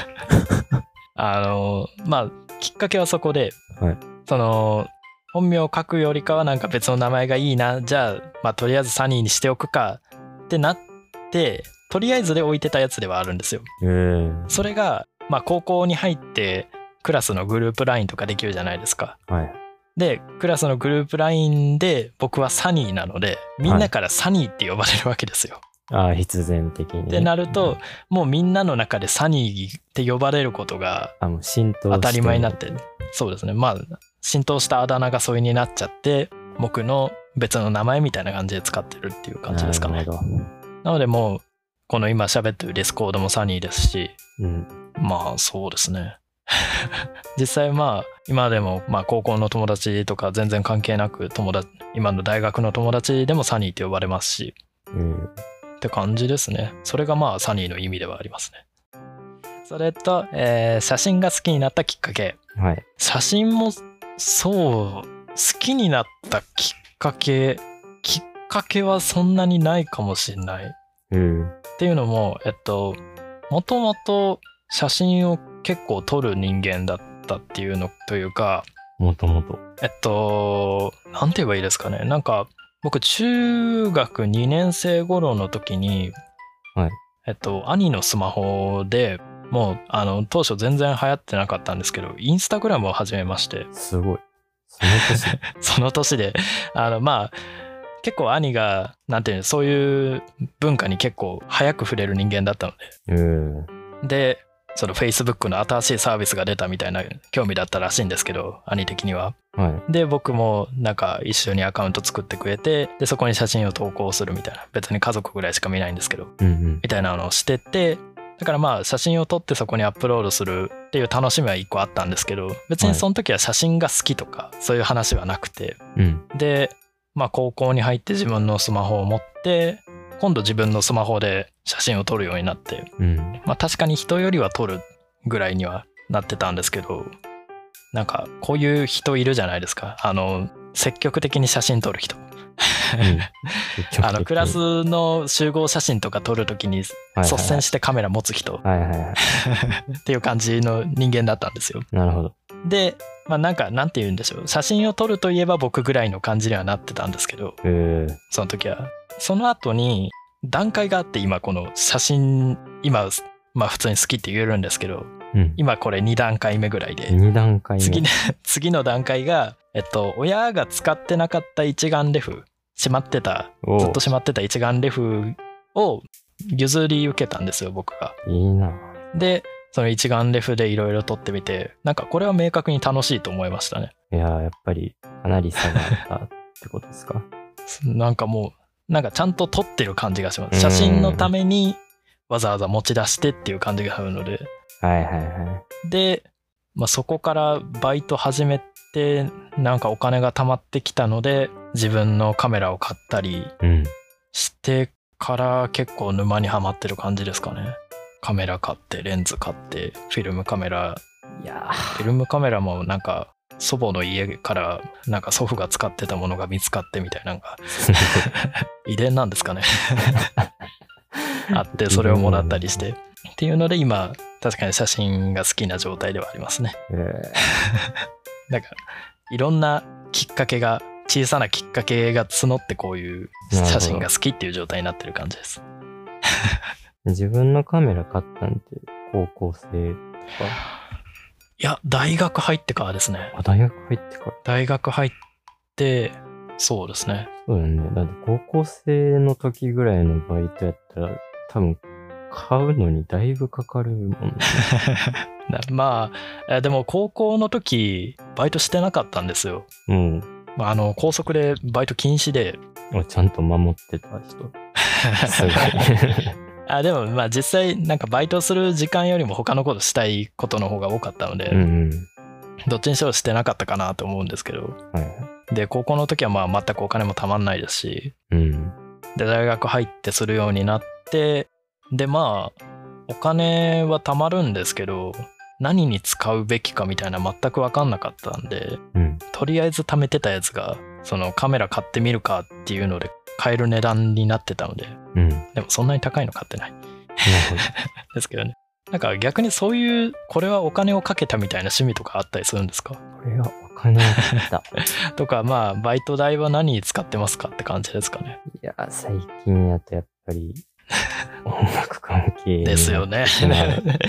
Speaker 1: あのまあきっかけはそこで、
Speaker 2: はい
Speaker 1: その本名を書くよりかはなんか別の名前がいいなじゃあ,、まあとりあえずサニーにしておくかってなってとりあえずで置いてたやつではあるんですよ
Speaker 2: えー
Speaker 1: それが、まあ、高校に入ってクラスのグループ LINE とかできるじゃないですか
Speaker 2: はい。
Speaker 1: でクラスのグループ LINE で僕はサニーなのでみんなからサニーって呼ばれるわけですよ、
Speaker 2: ああ、必然的にね。
Speaker 1: ってなると、もうみんなの中でサニーって呼ばれることが
Speaker 2: あ、もう浸透して
Speaker 1: 当たり前になってそうですねまあ浸透したあだ名がそれになっちゃって僕の別の名前みたいな感じで使ってるっていう感じですか
Speaker 2: な
Speaker 1: ね
Speaker 2: るほど。
Speaker 1: なのでもうこの今喋ってるディスコードもサニーですし
Speaker 2: うん。
Speaker 1: まあそうですね 実際まあ今でもまあ高校の友達とか全然関係なく友達今の大学の友達でもサニーって呼ばれますし
Speaker 2: うん
Speaker 1: って感じですね。それがまあサニーの意味ではありますね。それと、えー写真が好きになったきっかけ。
Speaker 2: はい。
Speaker 1: 写真もそう、好きになったきっかけ、きっかけはそんなにないかもしれない。っ
Speaker 2: うん。
Speaker 1: ていうのも、えっと、もともと写真を結構撮る人間だったっていうのというか、
Speaker 2: もともと。
Speaker 1: えっと、なんて言えばいいですかね。なんか、僕、中学2年生頃の時に、
Speaker 2: はい
Speaker 1: えっと、兄のスマホでもう、あの、当初全然流行ってなかったんですけど、インスタグラムを始めまして、
Speaker 2: すごい。その年。
Speaker 1: その年で、あの、まあ、結構兄が、なんていうの、そういう文化に結構早く触れる人間だったの
Speaker 2: うん。
Speaker 1: で、その Facebook の新しいサービスが出たみたいな興味だったらしいんですけど、兄的には。
Speaker 2: は
Speaker 1: で僕もなんか一緒にアカウント作ってくれてでそこに写真を投稿するみたいな別に家族ぐらいしか見ないんですけど
Speaker 2: い。うんうん。
Speaker 1: みたいなのをしててだからまあ写真を撮ってそこにアップロードするっていう楽しみは一個あったんですけど別にその時は写真が好きとかそういう話はなくて
Speaker 2: うん。
Speaker 1: でまあ高校に入って自分のスマホを持って今度自分のスマホで写真を撮るようになって
Speaker 2: うん。
Speaker 1: まあ確かに人よりは撮るぐらいにはなってたんですけど、なんかこういう人いるじゃないですか。あの、積極的に写真撮る人。
Speaker 2: うん
Speaker 1: あの、クラスの集合写真とか撮るときに率先
Speaker 2: し
Speaker 1: してカメラ持つ人
Speaker 2: はいはいはい。
Speaker 1: っていう感じの人間だったんですよ。
Speaker 2: なるほど。
Speaker 1: で、まあなんか、なんて言うんでしょう。写真を撮るといえば僕ぐらいの感じにはなってたんですけど、
Speaker 2: うー
Speaker 1: その時は。その後に、段階があって今この写真、今、まあ普通に好きって言えるんですけど、
Speaker 2: うん。
Speaker 1: 今これ2段階目ぐらいで、
Speaker 2: 2段階目。
Speaker 1: 次ね次の 段階が、えっと、親が使ってなかった一眼レフ、しまってた、
Speaker 2: おう
Speaker 1: ずっとしまってた一眼レフを譲り受けたんですよ、僕が。
Speaker 2: いいな。
Speaker 1: で、その一眼レフでいろいろ撮ってみて、なんかこれは明確に楽しいと思いましたね。
Speaker 2: いやーやっぱりかなり差があったってことですか。
Speaker 1: なんかもう、なんかちゃんと撮ってる感じがしま
Speaker 2: う
Speaker 1: す。
Speaker 2: ん
Speaker 1: 写真のためにわざわざ持ち出してっていう感じがするので。
Speaker 2: はいはいは
Speaker 1: で、まあ、そこからバイト始めて、なんかお金が貯まってきたので、自分のカメラを買ったり
Speaker 2: い。うん。
Speaker 1: してから結構沼にはまってる感じですかね。カメラ買って、レンズ買って、フィルムカメラ、
Speaker 2: いや
Speaker 1: フィルムカメラもなんか祖母の家からなんか祖父が使ってたものが見つかってみたいなのが 遺伝なんですかね あってそれをもらったりしてっていうので今確かに写真が好きな状態ではありますね
Speaker 2: ーえ
Speaker 1: だからいろんなきっかけが小さなきっかけが募ってこういう 写真が好きっていう状態になってる感じです
Speaker 2: ー自分のカメラ買ったんて高校生とか、
Speaker 1: いや大学入ってからですね
Speaker 2: あ大学入ってから。
Speaker 1: 大学入ってそうですね
Speaker 2: そうだね。だって高校生の時ぐらいのバイトやったら、多分買うのにだいぶかか るもんね。
Speaker 1: なまあえーでも高校の時バイトしてなかったんですよ、
Speaker 2: うん。
Speaker 1: まあ、あの高速でバイト禁止で
Speaker 2: おちゃんと守っ てた人。すごい。
Speaker 1: あでもまあ実際なんかバイトする時間よりも他のことしたいことの方が多かったので、
Speaker 2: うんうん。
Speaker 1: どっちにしろしてなかったかなと思うんですけど
Speaker 2: はいは
Speaker 1: で高校の時はまあ全くお金もたまんないですし
Speaker 2: い。うん。
Speaker 1: で大学入ってするようになってでまあお金は貯まるんですけど何に使うべきかみたいな全く分かんなかったんで
Speaker 2: うん。
Speaker 1: とりあえず貯めてたやつがそのカメラ買ってみるかっていうので買える値段になってたので
Speaker 2: うん。なる
Speaker 1: でもそんな に高いの買ってない
Speaker 2: ほど。
Speaker 1: ですけどねなんか逆にそういうこれはお金をかけたみたいな趣味とかあったりするんですか
Speaker 2: これはお金を切 った。
Speaker 1: とかまあバイト代は何に使ってますかって感じですかね
Speaker 2: いや、最近やとやっぱり、音楽関係。
Speaker 1: ですよ。ね
Speaker 2: ね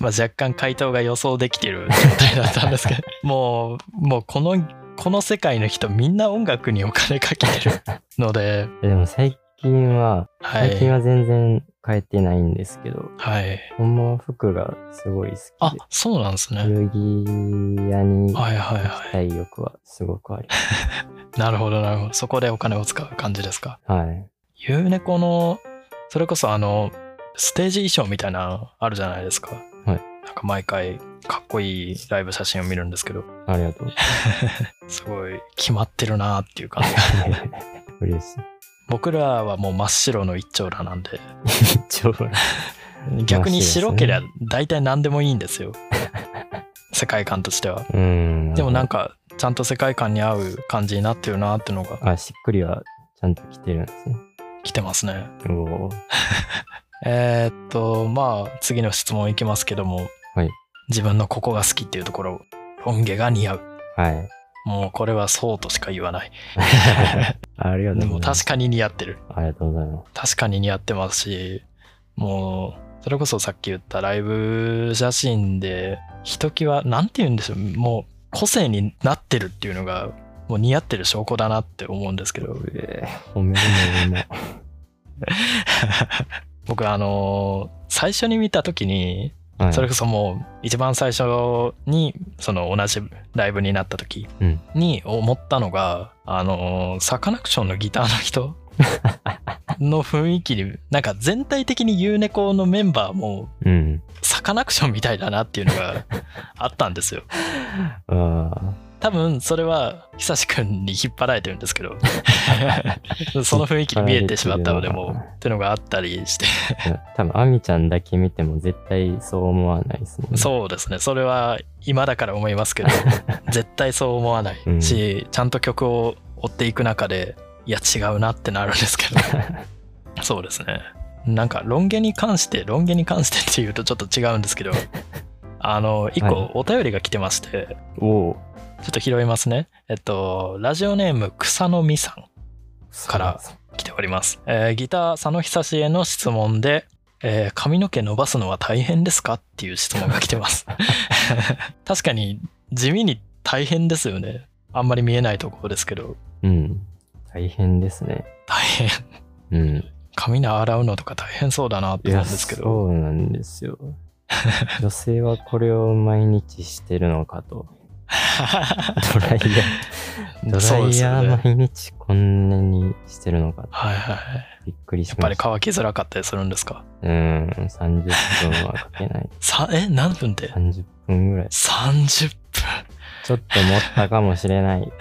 Speaker 1: まあ若干回答が予想できてる状態だったん ですけどもうもうこのこの世界の人みんな音楽にお金かけてるので
Speaker 2: でも最近は、
Speaker 1: は
Speaker 2: 最近
Speaker 1: い
Speaker 2: は全然変えてないんですけど、
Speaker 1: はい
Speaker 2: ほんまは服がすごい好
Speaker 1: あ
Speaker 2: きで、
Speaker 1: そうなんですね
Speaker 2: 古着屋に行
Speaker 1: はいはいはい
Speaker 2: きたい欲はすごくあります。
Speaker 1: なるほどなるほど。そこでお金を使う感じですか。
Speaker 2: はい。
Speaker 1: ゆうねこの、それこそあの、ステージ衣装みたいなのあるじゃないですか。
Speaker 2: はい。
Speaker 1: なんか毎回かっこいいライブ写真を見るんですけど、
Speaker 2: ありがとう。
Speaker 1: すごい決まってるなーっていう感じ。
Speaker 2: 嬉しい。
Speaker 1: 僕らはもう真っ白の一丁羅なんで、
Speaker 2: 一応、
Speaker 1: 逆に
Speaker 2: 真っ白ですね
Speaker 1: 白けりゃ大体何でもいいんですよ。 世界観としては。
Speaker 2: うん。
Speaker 1: でもなん
Speaker 2: か、
Speaker 1: か、ちゃんと世界観に合う感じになってるなーってのが
Speaker 2: あ、しっくりはちゃんと来てるんですね。
Speaker 1: 来てますね。
Speaker 2: おー
Speaker 1: えーっと、まあ、次の質問いきますけども、
Speaker 2: はい
Speaker 1: 自分のここが好きっていうところ、ロン毛が似合う。
Speaker 2: はい。
Speaker 1: もうこれはそうとしか言わない。
Speaker 2: ありがと
Speaker 1: で
Speaker 2: うご
Speaker 1: も
Speaker 2: ざいます。
Speaker 1: 確かに似合ってる。
Speaker 2: ありがとうございます。
Speaker 1: 確かに似合ってますし、もう、それこそさっき言ったライブ写真で、ひときわ、なんて言うんでしょう、もう個性になってるっていうのが、もう似合ってる証拠だなって思うんですけど、
Speaker 2: えー褒めるのうまい。
Speaker 1: 僕あのー最初に見た時に、
Speaker 2: はい
Speaker 1: それこそもう一番最初にその同じライブになった時
Speaker 2: うん
Speaker 1: に思ったのが、あのーサカナクションのギターの人の雰囲気になんか全体的に U ネコのメンバーも
Speaker 2: うん。
Speaker 1: サカナクションみたいだなっていうのがあったんですよ。
Speaker 2: ああ、
Speaker 1: 多分それは久しくんに引っ張られてるんですけ どその雰囲気に見えてしまったのでもうっていうのがあったりして
Speaker 2: 多分、アミちゃんだけ見ても絶対そう思わないですもんね。
Speaker 1: そうですねそれは今だから思い ますけど絶対そう思わないし、ちゃんと曲を追っていく中でいや違うなってなるんですけど そうですねなんかロン毛に関してロン毛に関してっていうとちょっと違うんですけどあの一
Speaker 2: は
Speaker 1: 個お便りが来てまして
Speaker 2: おお。
Speaker 1: ちょっと拾いますねえっとラジオネーム草野美さんから来ております、えーギター佐野久志への質問で、えー髪の毛伸ばすのは大変ですかっていう質問が来てます 確かに地味に大変ですよねあんまり見えないところですけど
Speaker 2: うん。大変ですね。
Speaker 1: 大変
Speaker 2: うん。
Speaker 1: 髪の洗うのとか大変そうだなって
Speaker 2: い
Speaker 1: 思う
Speaker 2: や、
Speaker 1: んですけど
Speaker 2: そうなんですよ。 女性はこれを毎日してるのかと。ドライヤー、ド
Speaker 1: そう
Speaker 2: ラ
Speaker 1: で
Speaker 2: イ
Speaker 1: す
Speaker 2: ヤ
Speaker 1: よ
Speaker 2: ー
Speaker 1: ね。
Speaker 2: 毎日こんなにしてるのかと。
Speaker 1: はいはい。
Speaker 2: びっくりし
Speaker 1: やっぱ
Speaker 2: ま
Speaker 1: り
Speaker 2: した。
Speaker 1: 乾きづらかったりするんですか
Speaker 2: うん、30分はかけない。
Speaker 1: さえ何分で
Speaker 2: 30分ぐらい。
Speaker 1: ?30 分。
Speaker 2: ちょっと持ったかもしれない。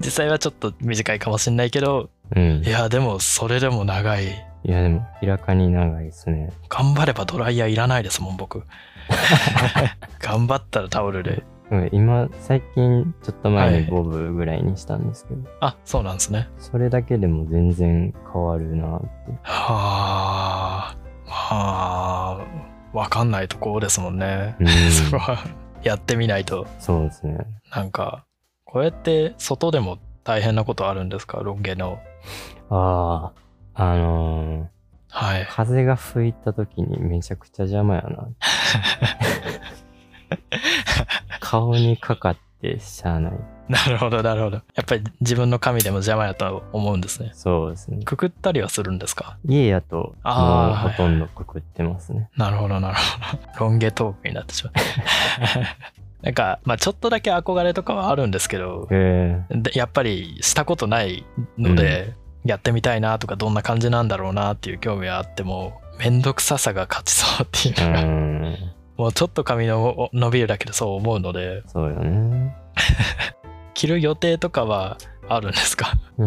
Speaker 1: 実際はちょっと短いかもしれないけど、
Speaker 2: うん。
Speaker 1: いやでもそれでも長い。
Speaker 2: いや、でも明らかに長いですね。
Speaker 1: 頑張ればドライヤーいらないですもん 僕。頑張ったらタオルで。
Speaker 2: うん今、最近、ちょっと前に
Speaker 1: は
Speaker 2: ボブぐらいにしたんですけど、
Speaker 1: あそうなんですね。
Speaker 2: それだけでも全然変わるなって。
Speaker 1: はあ。はあ。わかんないところ ですもんね。
Speaker 2: うん
Speaker 1: そこはやってみないと。
Speaker 2: そうですね。
Speaker 1: なんか、こうやって外でも大変なことあるんですかロン毛の。
Speaker 2: ああ、あの
Speaker 1: はい
Speaker 2: ー、。風が吹いた時にめちゃくちゃ邪魔やな。 顔にかかってしゃあない。
Speaker 1: なるほど、なるほど。やっぱり自分の髪でも邪魔やと思うんですね。
Speaker 2: そうですね。
Speaker 1: くくったりはするんですか
Speaker 2: 家やと、もう
Speaker 1: あー
Speaker 2: ほとんどくくってますね。
Speaker 1: なるほど、なるほど。ロン毛トークになってしまう。 なんか、まあちょっとだけ憧れとかはあるんですけど、
Speaker 2: へ
Speaker 1: でやっぱりしたことないので、やってみたいなとか、どんな感じなんだろうなっていう興味はあっても、めんどくささが勝ちそうっていう
Speaker 2: え。
Speaker 1: のが、
Speaker 2: うん。
Speaker 1: もうちょっと髪の伸びるだけでそう思うので、
Speaker 2: そうよね。
Speaker 1: 着る予定とかはあるんですか
Speaker 2: うー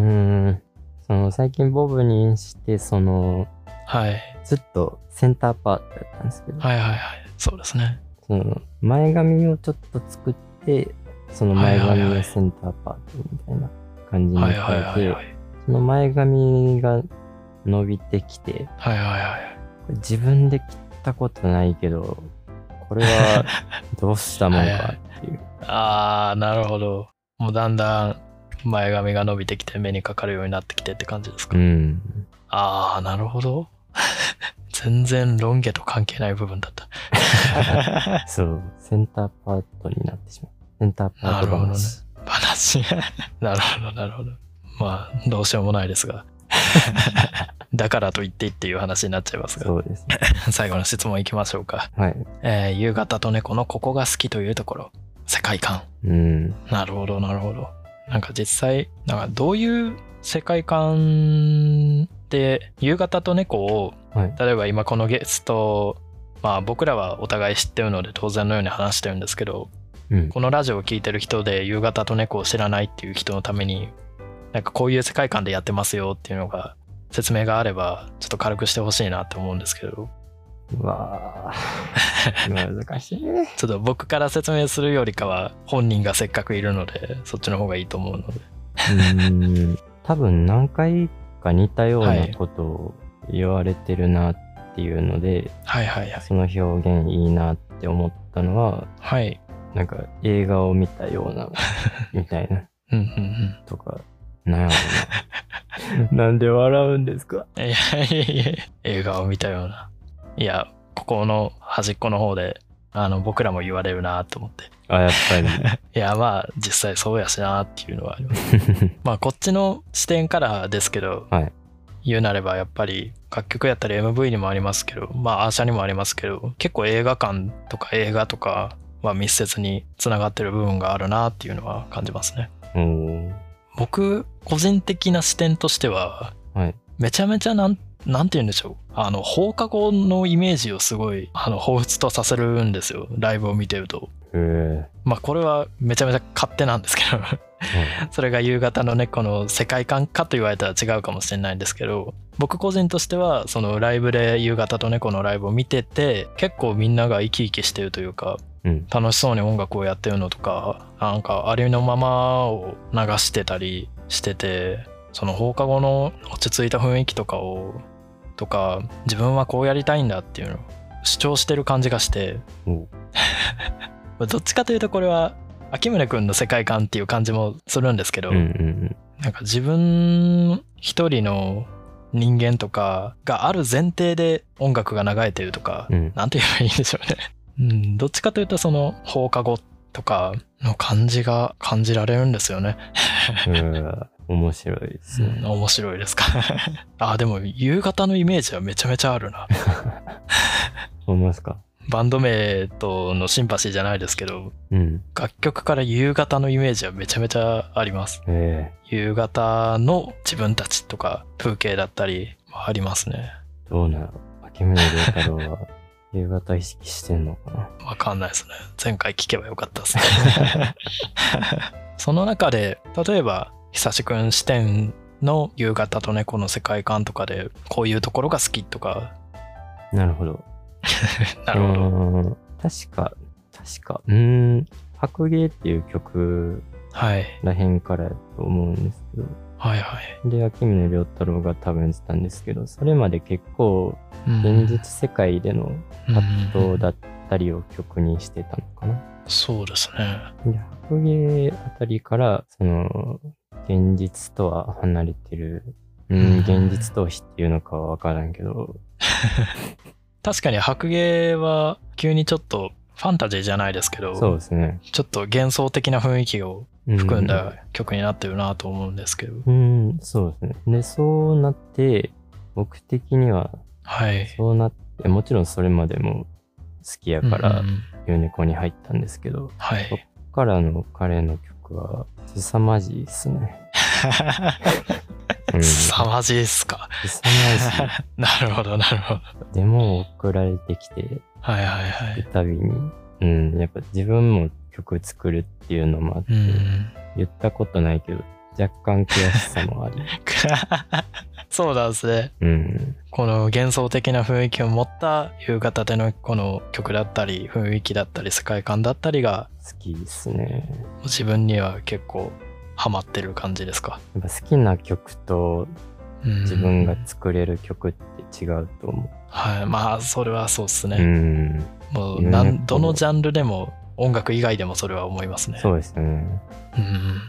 Speaker 2: ん。その、最近ボブにして、その、
Speaker 1: はい
Speaker 2: ずっとセンターパートやったんですけど、
Speaker 1: はいはいはいそうですね
Speaker 2: その、前髪をちょっと作って、その
Speaker 1: はい
Speaker 2: 前
Speaker 1: はい
Speaker 2: 髪
Speaker 1: は
Speaker 2: を
Speaker 1: い
Speaker 2: センターパートみたいな感じに
Speaker 1: は
Speaker 2: 変
Speaker 1: いはいはい
Speaker 2: え
Speaker 1: は
Speaker 2: て、
Speaker 1: い
Speaker 2: その前髪が伸びてきて、
Speaker 1: はいはいはい
Speaker 2: これ自分で切ったことないけど、これはどうしたもん
Speaker 1: はいは
Speaker 2: か
Speaker 1: い
Speaker 2: っていう。
Speaker 1: ああなるほどもうだんだん前髪が伸びてきて目にかかるようになってきてって感じですか、
Speaker 2: うん。
Speaker 1: ああなるほど 全然ロン毛と関係ない部分だった
Speaker 2: そう、センターパートになってしまう。センターパー
Speaker 1: なる
Speaker 2: ト
Speaker 1: ほどね
Speaker 2: 話。
Speaker 1: 話 なるほどなるほどまあどうしようもないですが だからと言ってっていう話になっちゃいますが
Speaker 2: そうですね。
Speaker 1: 最後の質問いきましょうか
Speaker 2: はい。
Speaker 1: えー夕方と猫のここが好きというところ世界観
Speaker 2: うん。
Speaker 1: なるほどなるほどなんか実際なんかどういう世界観で夕方と猫を
Speaker 2: はい。
Speaker 1: 例えば今このゲストまあ僕らはお互い知ってるので当然のように話してるんですけど
Speaker 2: うん。
Speaker 1: このラジオを聴いてる人で夕方と猫を知らないっていう人のためになんかこういう世界観でやってますよっていうのが説明があればちょっと軽くしてほしいなって思うんですけど
Speaker 2: う わあ難しい。
Speaker 1: ちょっと僕から説明するよりかは本人がせっかくいるのでそっちの方がいいと思うので
Speaker 2: うん。多分何回か似たようなことを言われてるなっていうので、
Speaker 1: はいはいはい
Speaker 2: その表現いいなって思ったのは、
Speaker 1: はい
Speaker 2: なんか映画を見たよう な、みたいな、
Speaker 1: うんうんうん
Speaker 2: とか、なんやろ な。なんで笑うんですか
Speaker 1: いやいやいや映画を見たようないやここの端っこの方であの僕らも言われるなと思って
Speaker 2: あ、やっぱり。
Speaker 1: いやまあ実際そうやしなっていうのはありますまあこっちの視点からですけど、
Speaker 2: はい
Speaker 1: 言うなればやっぱり楽曲やったり MV にもありますけどまあアーシャにもありますけど結構映画館とか映画とかは密接につながってる部分があるなっていうのは感じますね
Speaker 2: おー
Speaker 1: 僕個人的な視点としては、
Speaker 2: はい
Speaker 1: めちゃめちゃなんなんて言うんでしょうあの放課後のイメージをすごいあの彷彿とさせるんですよライブを見てると
Speaker 2: うん。
Speaker 1: まあこれはめちゃめちゃ勝手なんですけど それが夕方の猫の世界観かと言われたら違うかもしれないんですけど僕個人としてはそのライブで夕方と猫のライブを見てて結構みんなが生き生きしてるというか
Speaker 2: うん。
Speaker 1: 楽しそうに音楽をやってるのとかなんかありのままを流してたりしててその放課後の落ち着いた雰囲気とかをとか自分はこうやりたいんだっていうのを主張してる感じがして
Speaker 2: お
Speaker 1: どっちかというとこれは秋宗君の世界観っていう感じもするんですけど、
Speaker 2: うんうん
Speaker 1: なんか自分一人の人間とかがある前提で音楽が流れてるとか
Speaker 2: うん。うん。
Speaker 1: なんて言えばいいんでしょうね。 うん、どっちかというとその放課後とかの感じが感じられるんですよね。
Speaker 2: うん面白いです
Speaker 1: う
Speaker 2: ね。
Speaker 1: ん、面白いですか。 あ、でも夕方のイメージはめちゃめちゃある な。
Speaker 2: 思いますか
Speaker 1: バンド名とのシンパシーじゃないですけど、
Speaker 2: うん。
Speaker 1: 楽曲から夕方のイメージはめちゃめちゃあります。
Speaker 2: ええ
Speaker 1: 夕方の自分たちとか風景だったりはありますね。
Speaker 2: どうなの秋村亮太郎 は夕方意識してんのかな
Speaker 1: わかんないですね。前回聞けばよかった ですね。その中で、例えば、久しくん視点の夕方と猫の世界観とかで、こういうところが好きとか、
Speaker 2: なるほど。
Speaker 1: なるほど。
Speaker 2: ど。確か、確か、うーん、白芸っていう曲
Speaker 1: はい。
Speaker 2: らへんからやと思うんですけど、
Speaker 1: はいはい。
Speaker 2: で、秋宗良太郎が多分言ってたんですけど、それまで結構、
Speaker 1: うん
Speaker 2: 現実世界での活動だったりを曲にしてたのかな。
Speaker 1: うんそうですね。
Speaker 2: で、白芸あたりから、その、現実とは離れてる、う
Speaker 1: うん
Speaker 2: ん、現実逃避っていうのかはわからんけど、
Speaker 1: 確かに白芸は急にちょっとファンタジーじゃないですけ
Speaker 2: そう
Speaker 1: ど、
Speaker 2: ですね。
Speaker 1: ちょっと幻想的な雰囲気を
Speaker 2: う
Speaker 1: 含んだ曲になってるなと思うんですけど。
Speaker 2: うん、そうですね。で、そうなって、僕的には、
Speaker 1: はい。
Speaker 2: そうなって、もちろんそれまでも好きやから
Speaker 1: うんう、ん
Speaker 2: ユネコに入ったんですけど、こ
Speaker 1: は
Speaker 2: そ っ
Speaker 1: い。
Speaker 2: こからの彼の曲は、凄まじいですね。うん、
Speaker 1: 凄まじいっすか。
Speaker 2: 凄まじ
Speaker 1: なるほど、なるほど。
Speaker 2: い。でも、送られてきて、
Speaker 1: はいはいはい。
Speaker 2: たびに、うん、やっぱ自分も曲作るっていうのもあって、
Speaker 1: うん。
Speaker 2: 言ったことないけど、若干悔しさもあり。
Speaker 1: そうなんですね。
Speaker 2: うん、
Speaker 1: この幻想的な雰囲気を持った夕方でのこの曲だったり、雰囲気だったり、世界観だったりが、
Speaker 2: 好きですね。
Speaker 1: 自分には結構ハマってる感じですか。
Speaker 2: やっぱ好きな曲と
Speaker 1: うん
Speaker 2: 自分が作れる曲って違うと思
Speaker 1: はい。まあ、それはそうっす
Speaker 2: う。う
Speaker 1: ね。
Speaker 2: ん。
Speaker 1: もう
Speaker 2: うん
Speaker 1: なん、どのジャンルでも、音楽以外でもそれは思いますね。
Speaker 2: そうですね。
Speaker 1: うん。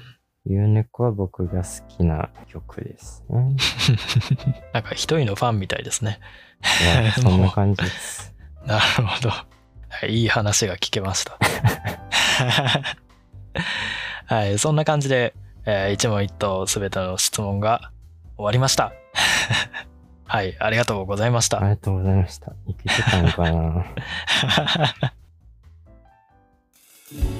Speaker 2: ゆうねこは僕が好きな曲です ね。
Speaker 1: なんか一人のファンみたいですね。
Speaker 2: いやそんな感じです。
Speaker 1: なるほど。はいいい話が聞けました。 はい、そんな感じで、えー一問一答すべての質問が終わりました。 はい、ありがとうございまし
Speaker 2: あ
Speaker 1: た。
Speaker 2: りがとうございました。いけてたのかな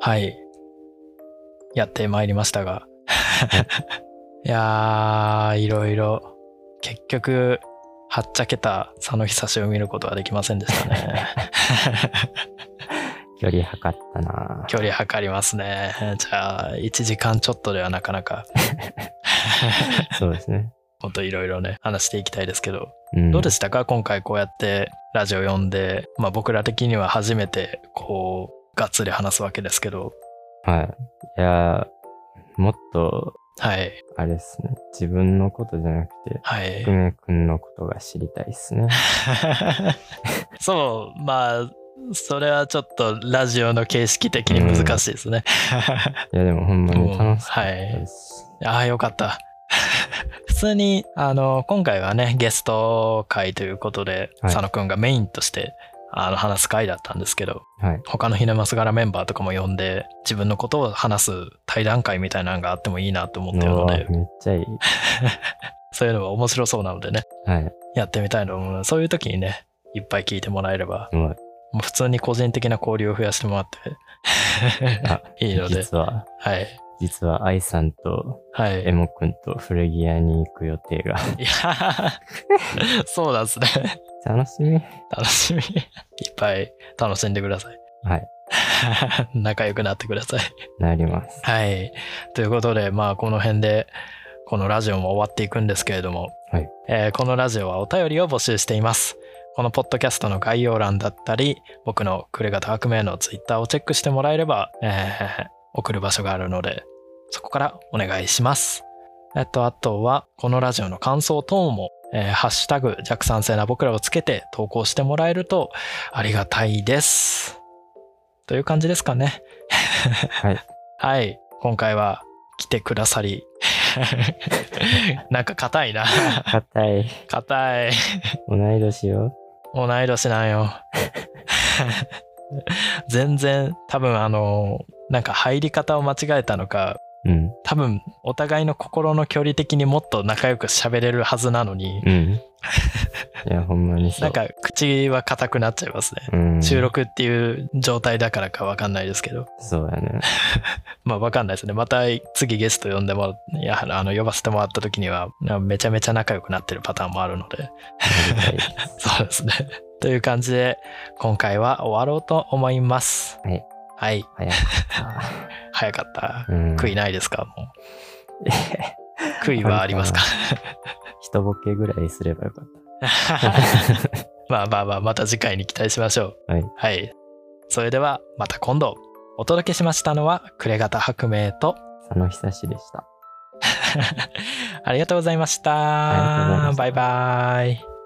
Speaker 1: はい。やってまいりましたが。 いやー、いろいろ。結局、はっちゃけた佐野久志を見ることはできませんでしたね。
Speaker 2: 距離測ったな
Speaker 1: 距離測りますね。じゃあ、1時間ちょっとではなかなか、
Speaker 2: そうですね。
Speaker 1: ほんといろいろね、話していきたいですけど、
Speaker 2: うん、
Speaker 1: どうで
Speaker 2: し
Speaker 1: したか今回こうやってラジオ読んで、まあ僕ら的には初めて、こう、がっつり話すわけですけど、
Speaker 2: はい。いやー、もっと、
Speaker 1: はい、
Speaker 2: あれですね。自分のことじゃなくて、
Speaker 1: はい
Speaker 2: く。めくんのことが知りたいですね。
Speaker 1: そう、まあ、それはちょっとラジオの形式的に難しいですね。
Speaker 2: いや、でもほんまに
Speaker 1: うん
Speaker 2: 楽しかったです。
Speaker 1: ああ、よかった。 普通に、あの、今回はね、ゲスト会ということで、
Speaker 2: はい
Speaker 1: 佐野くんがメインとして、あの、話す会だったんですけど、
Speaker 2: はい。
Speaker 1: 他のひねます柄メンバーとかも呼んで、自分のことを話す対談会みたいなのがあってもいいなと思ってるの
Speaker 2: うわ
Speaker 1: で、
Speaker 2: めっちゃいい。
Speaker 1: そういうのが面白そうなのでね、
Speaker 2: はい。
Speaker 1: やってみたいと思うので、そういう時にね、いっぱい聞いてもらえれば、
Speaker 2: もう、
Speaker 1: もう普通に個人的な交流を増やしてもら
Speaker 2: あ
Speaker 1: って、いいので、
Speaker 2: 実は、
Speaker 1: はい。
Speaker 2: 実は愛さんと
Speaker 1: はい。
Speaker 2: エモくんと古着屋に行く予定が。
Speaker 1: いや ーそうなんですね。
Speaker 2: 楽しみ。
Speaker 1: 楽しみ。いっぱい楽しんでください。
Speaker 2: はい。
Speaker 1: 仲良くなってください。
Speaker 2: なります。
Speaker 1: はい。ということで、まあ、この辺で、このラジオも終わっていくんですけれども、
Speaker 2: はい
Speaker 1: えーこのラジオはお便りを募集しています。このポッドキャストの概要欄だったり、僕のくれがた悪名のツイッターをチェックしてもらえれば、えー送る場所があるので、そこからお願いします。えっと、あとは、このラジオの感想等も、えーハッシュタグ、弱酸性な僕らをつけて投稿してもらえるとありがたいです。という感じですかね。
Speaker 2: はい。
Speaker 1: はい、今回は来てくださり。 なんか硬いな。
Speaker 2: 硬い。
Speaker 1: 硬い。
Speaker 2: 同い年よ。
Speaker 1: 同い年なんよ。 全然、多分あの、なんか入り方を間違えたのか、
Speaker 2: うん。
Speaker 1: 多分お互いの心の距離的にもっと仲良く喋れるはずなのに、
Speaker 2: うん。いや、ほんまにそう。
Speaker 1: なんか口は硬くなっちゃいますね。
Speaker 2: うん、
Speaker 1: 収録っていう状態だからかわかんないですけど。
Speaker 2: そうやね。
Speaker 1: まあわかんないですね。また次ゲスト呼んでもらいやあの呼ばせてもらった時にはなめちゃめちゃ仲良くなってるパターンもあるので。
Speaker 2: ありがたいです
Speaker 1: そうですね。 という感じで今回は終わろうと思います。
Speaker 2: はい。
Speaker 1: はい。
Speaker 2: 早かっ
Speaker 1: 早かった
Speaker 2: た。。うん。
Speaker 1: 悔いないですかもう。 悔いはありますか
Speaker 2: 人ボケぐらいすればよかっ
Speaker 1: まあまあまあまた次回に期待しましょう。
Speaker 2: はい
Speaker 1: はい。それではまた今度。お届けしましたのは暮れ方白明と
Speaker 2: た。佐野久志でした。
Speaker 1: ありがとうございました。
Speaker 2: ありがとうございました
Speaker 1: バイバイ。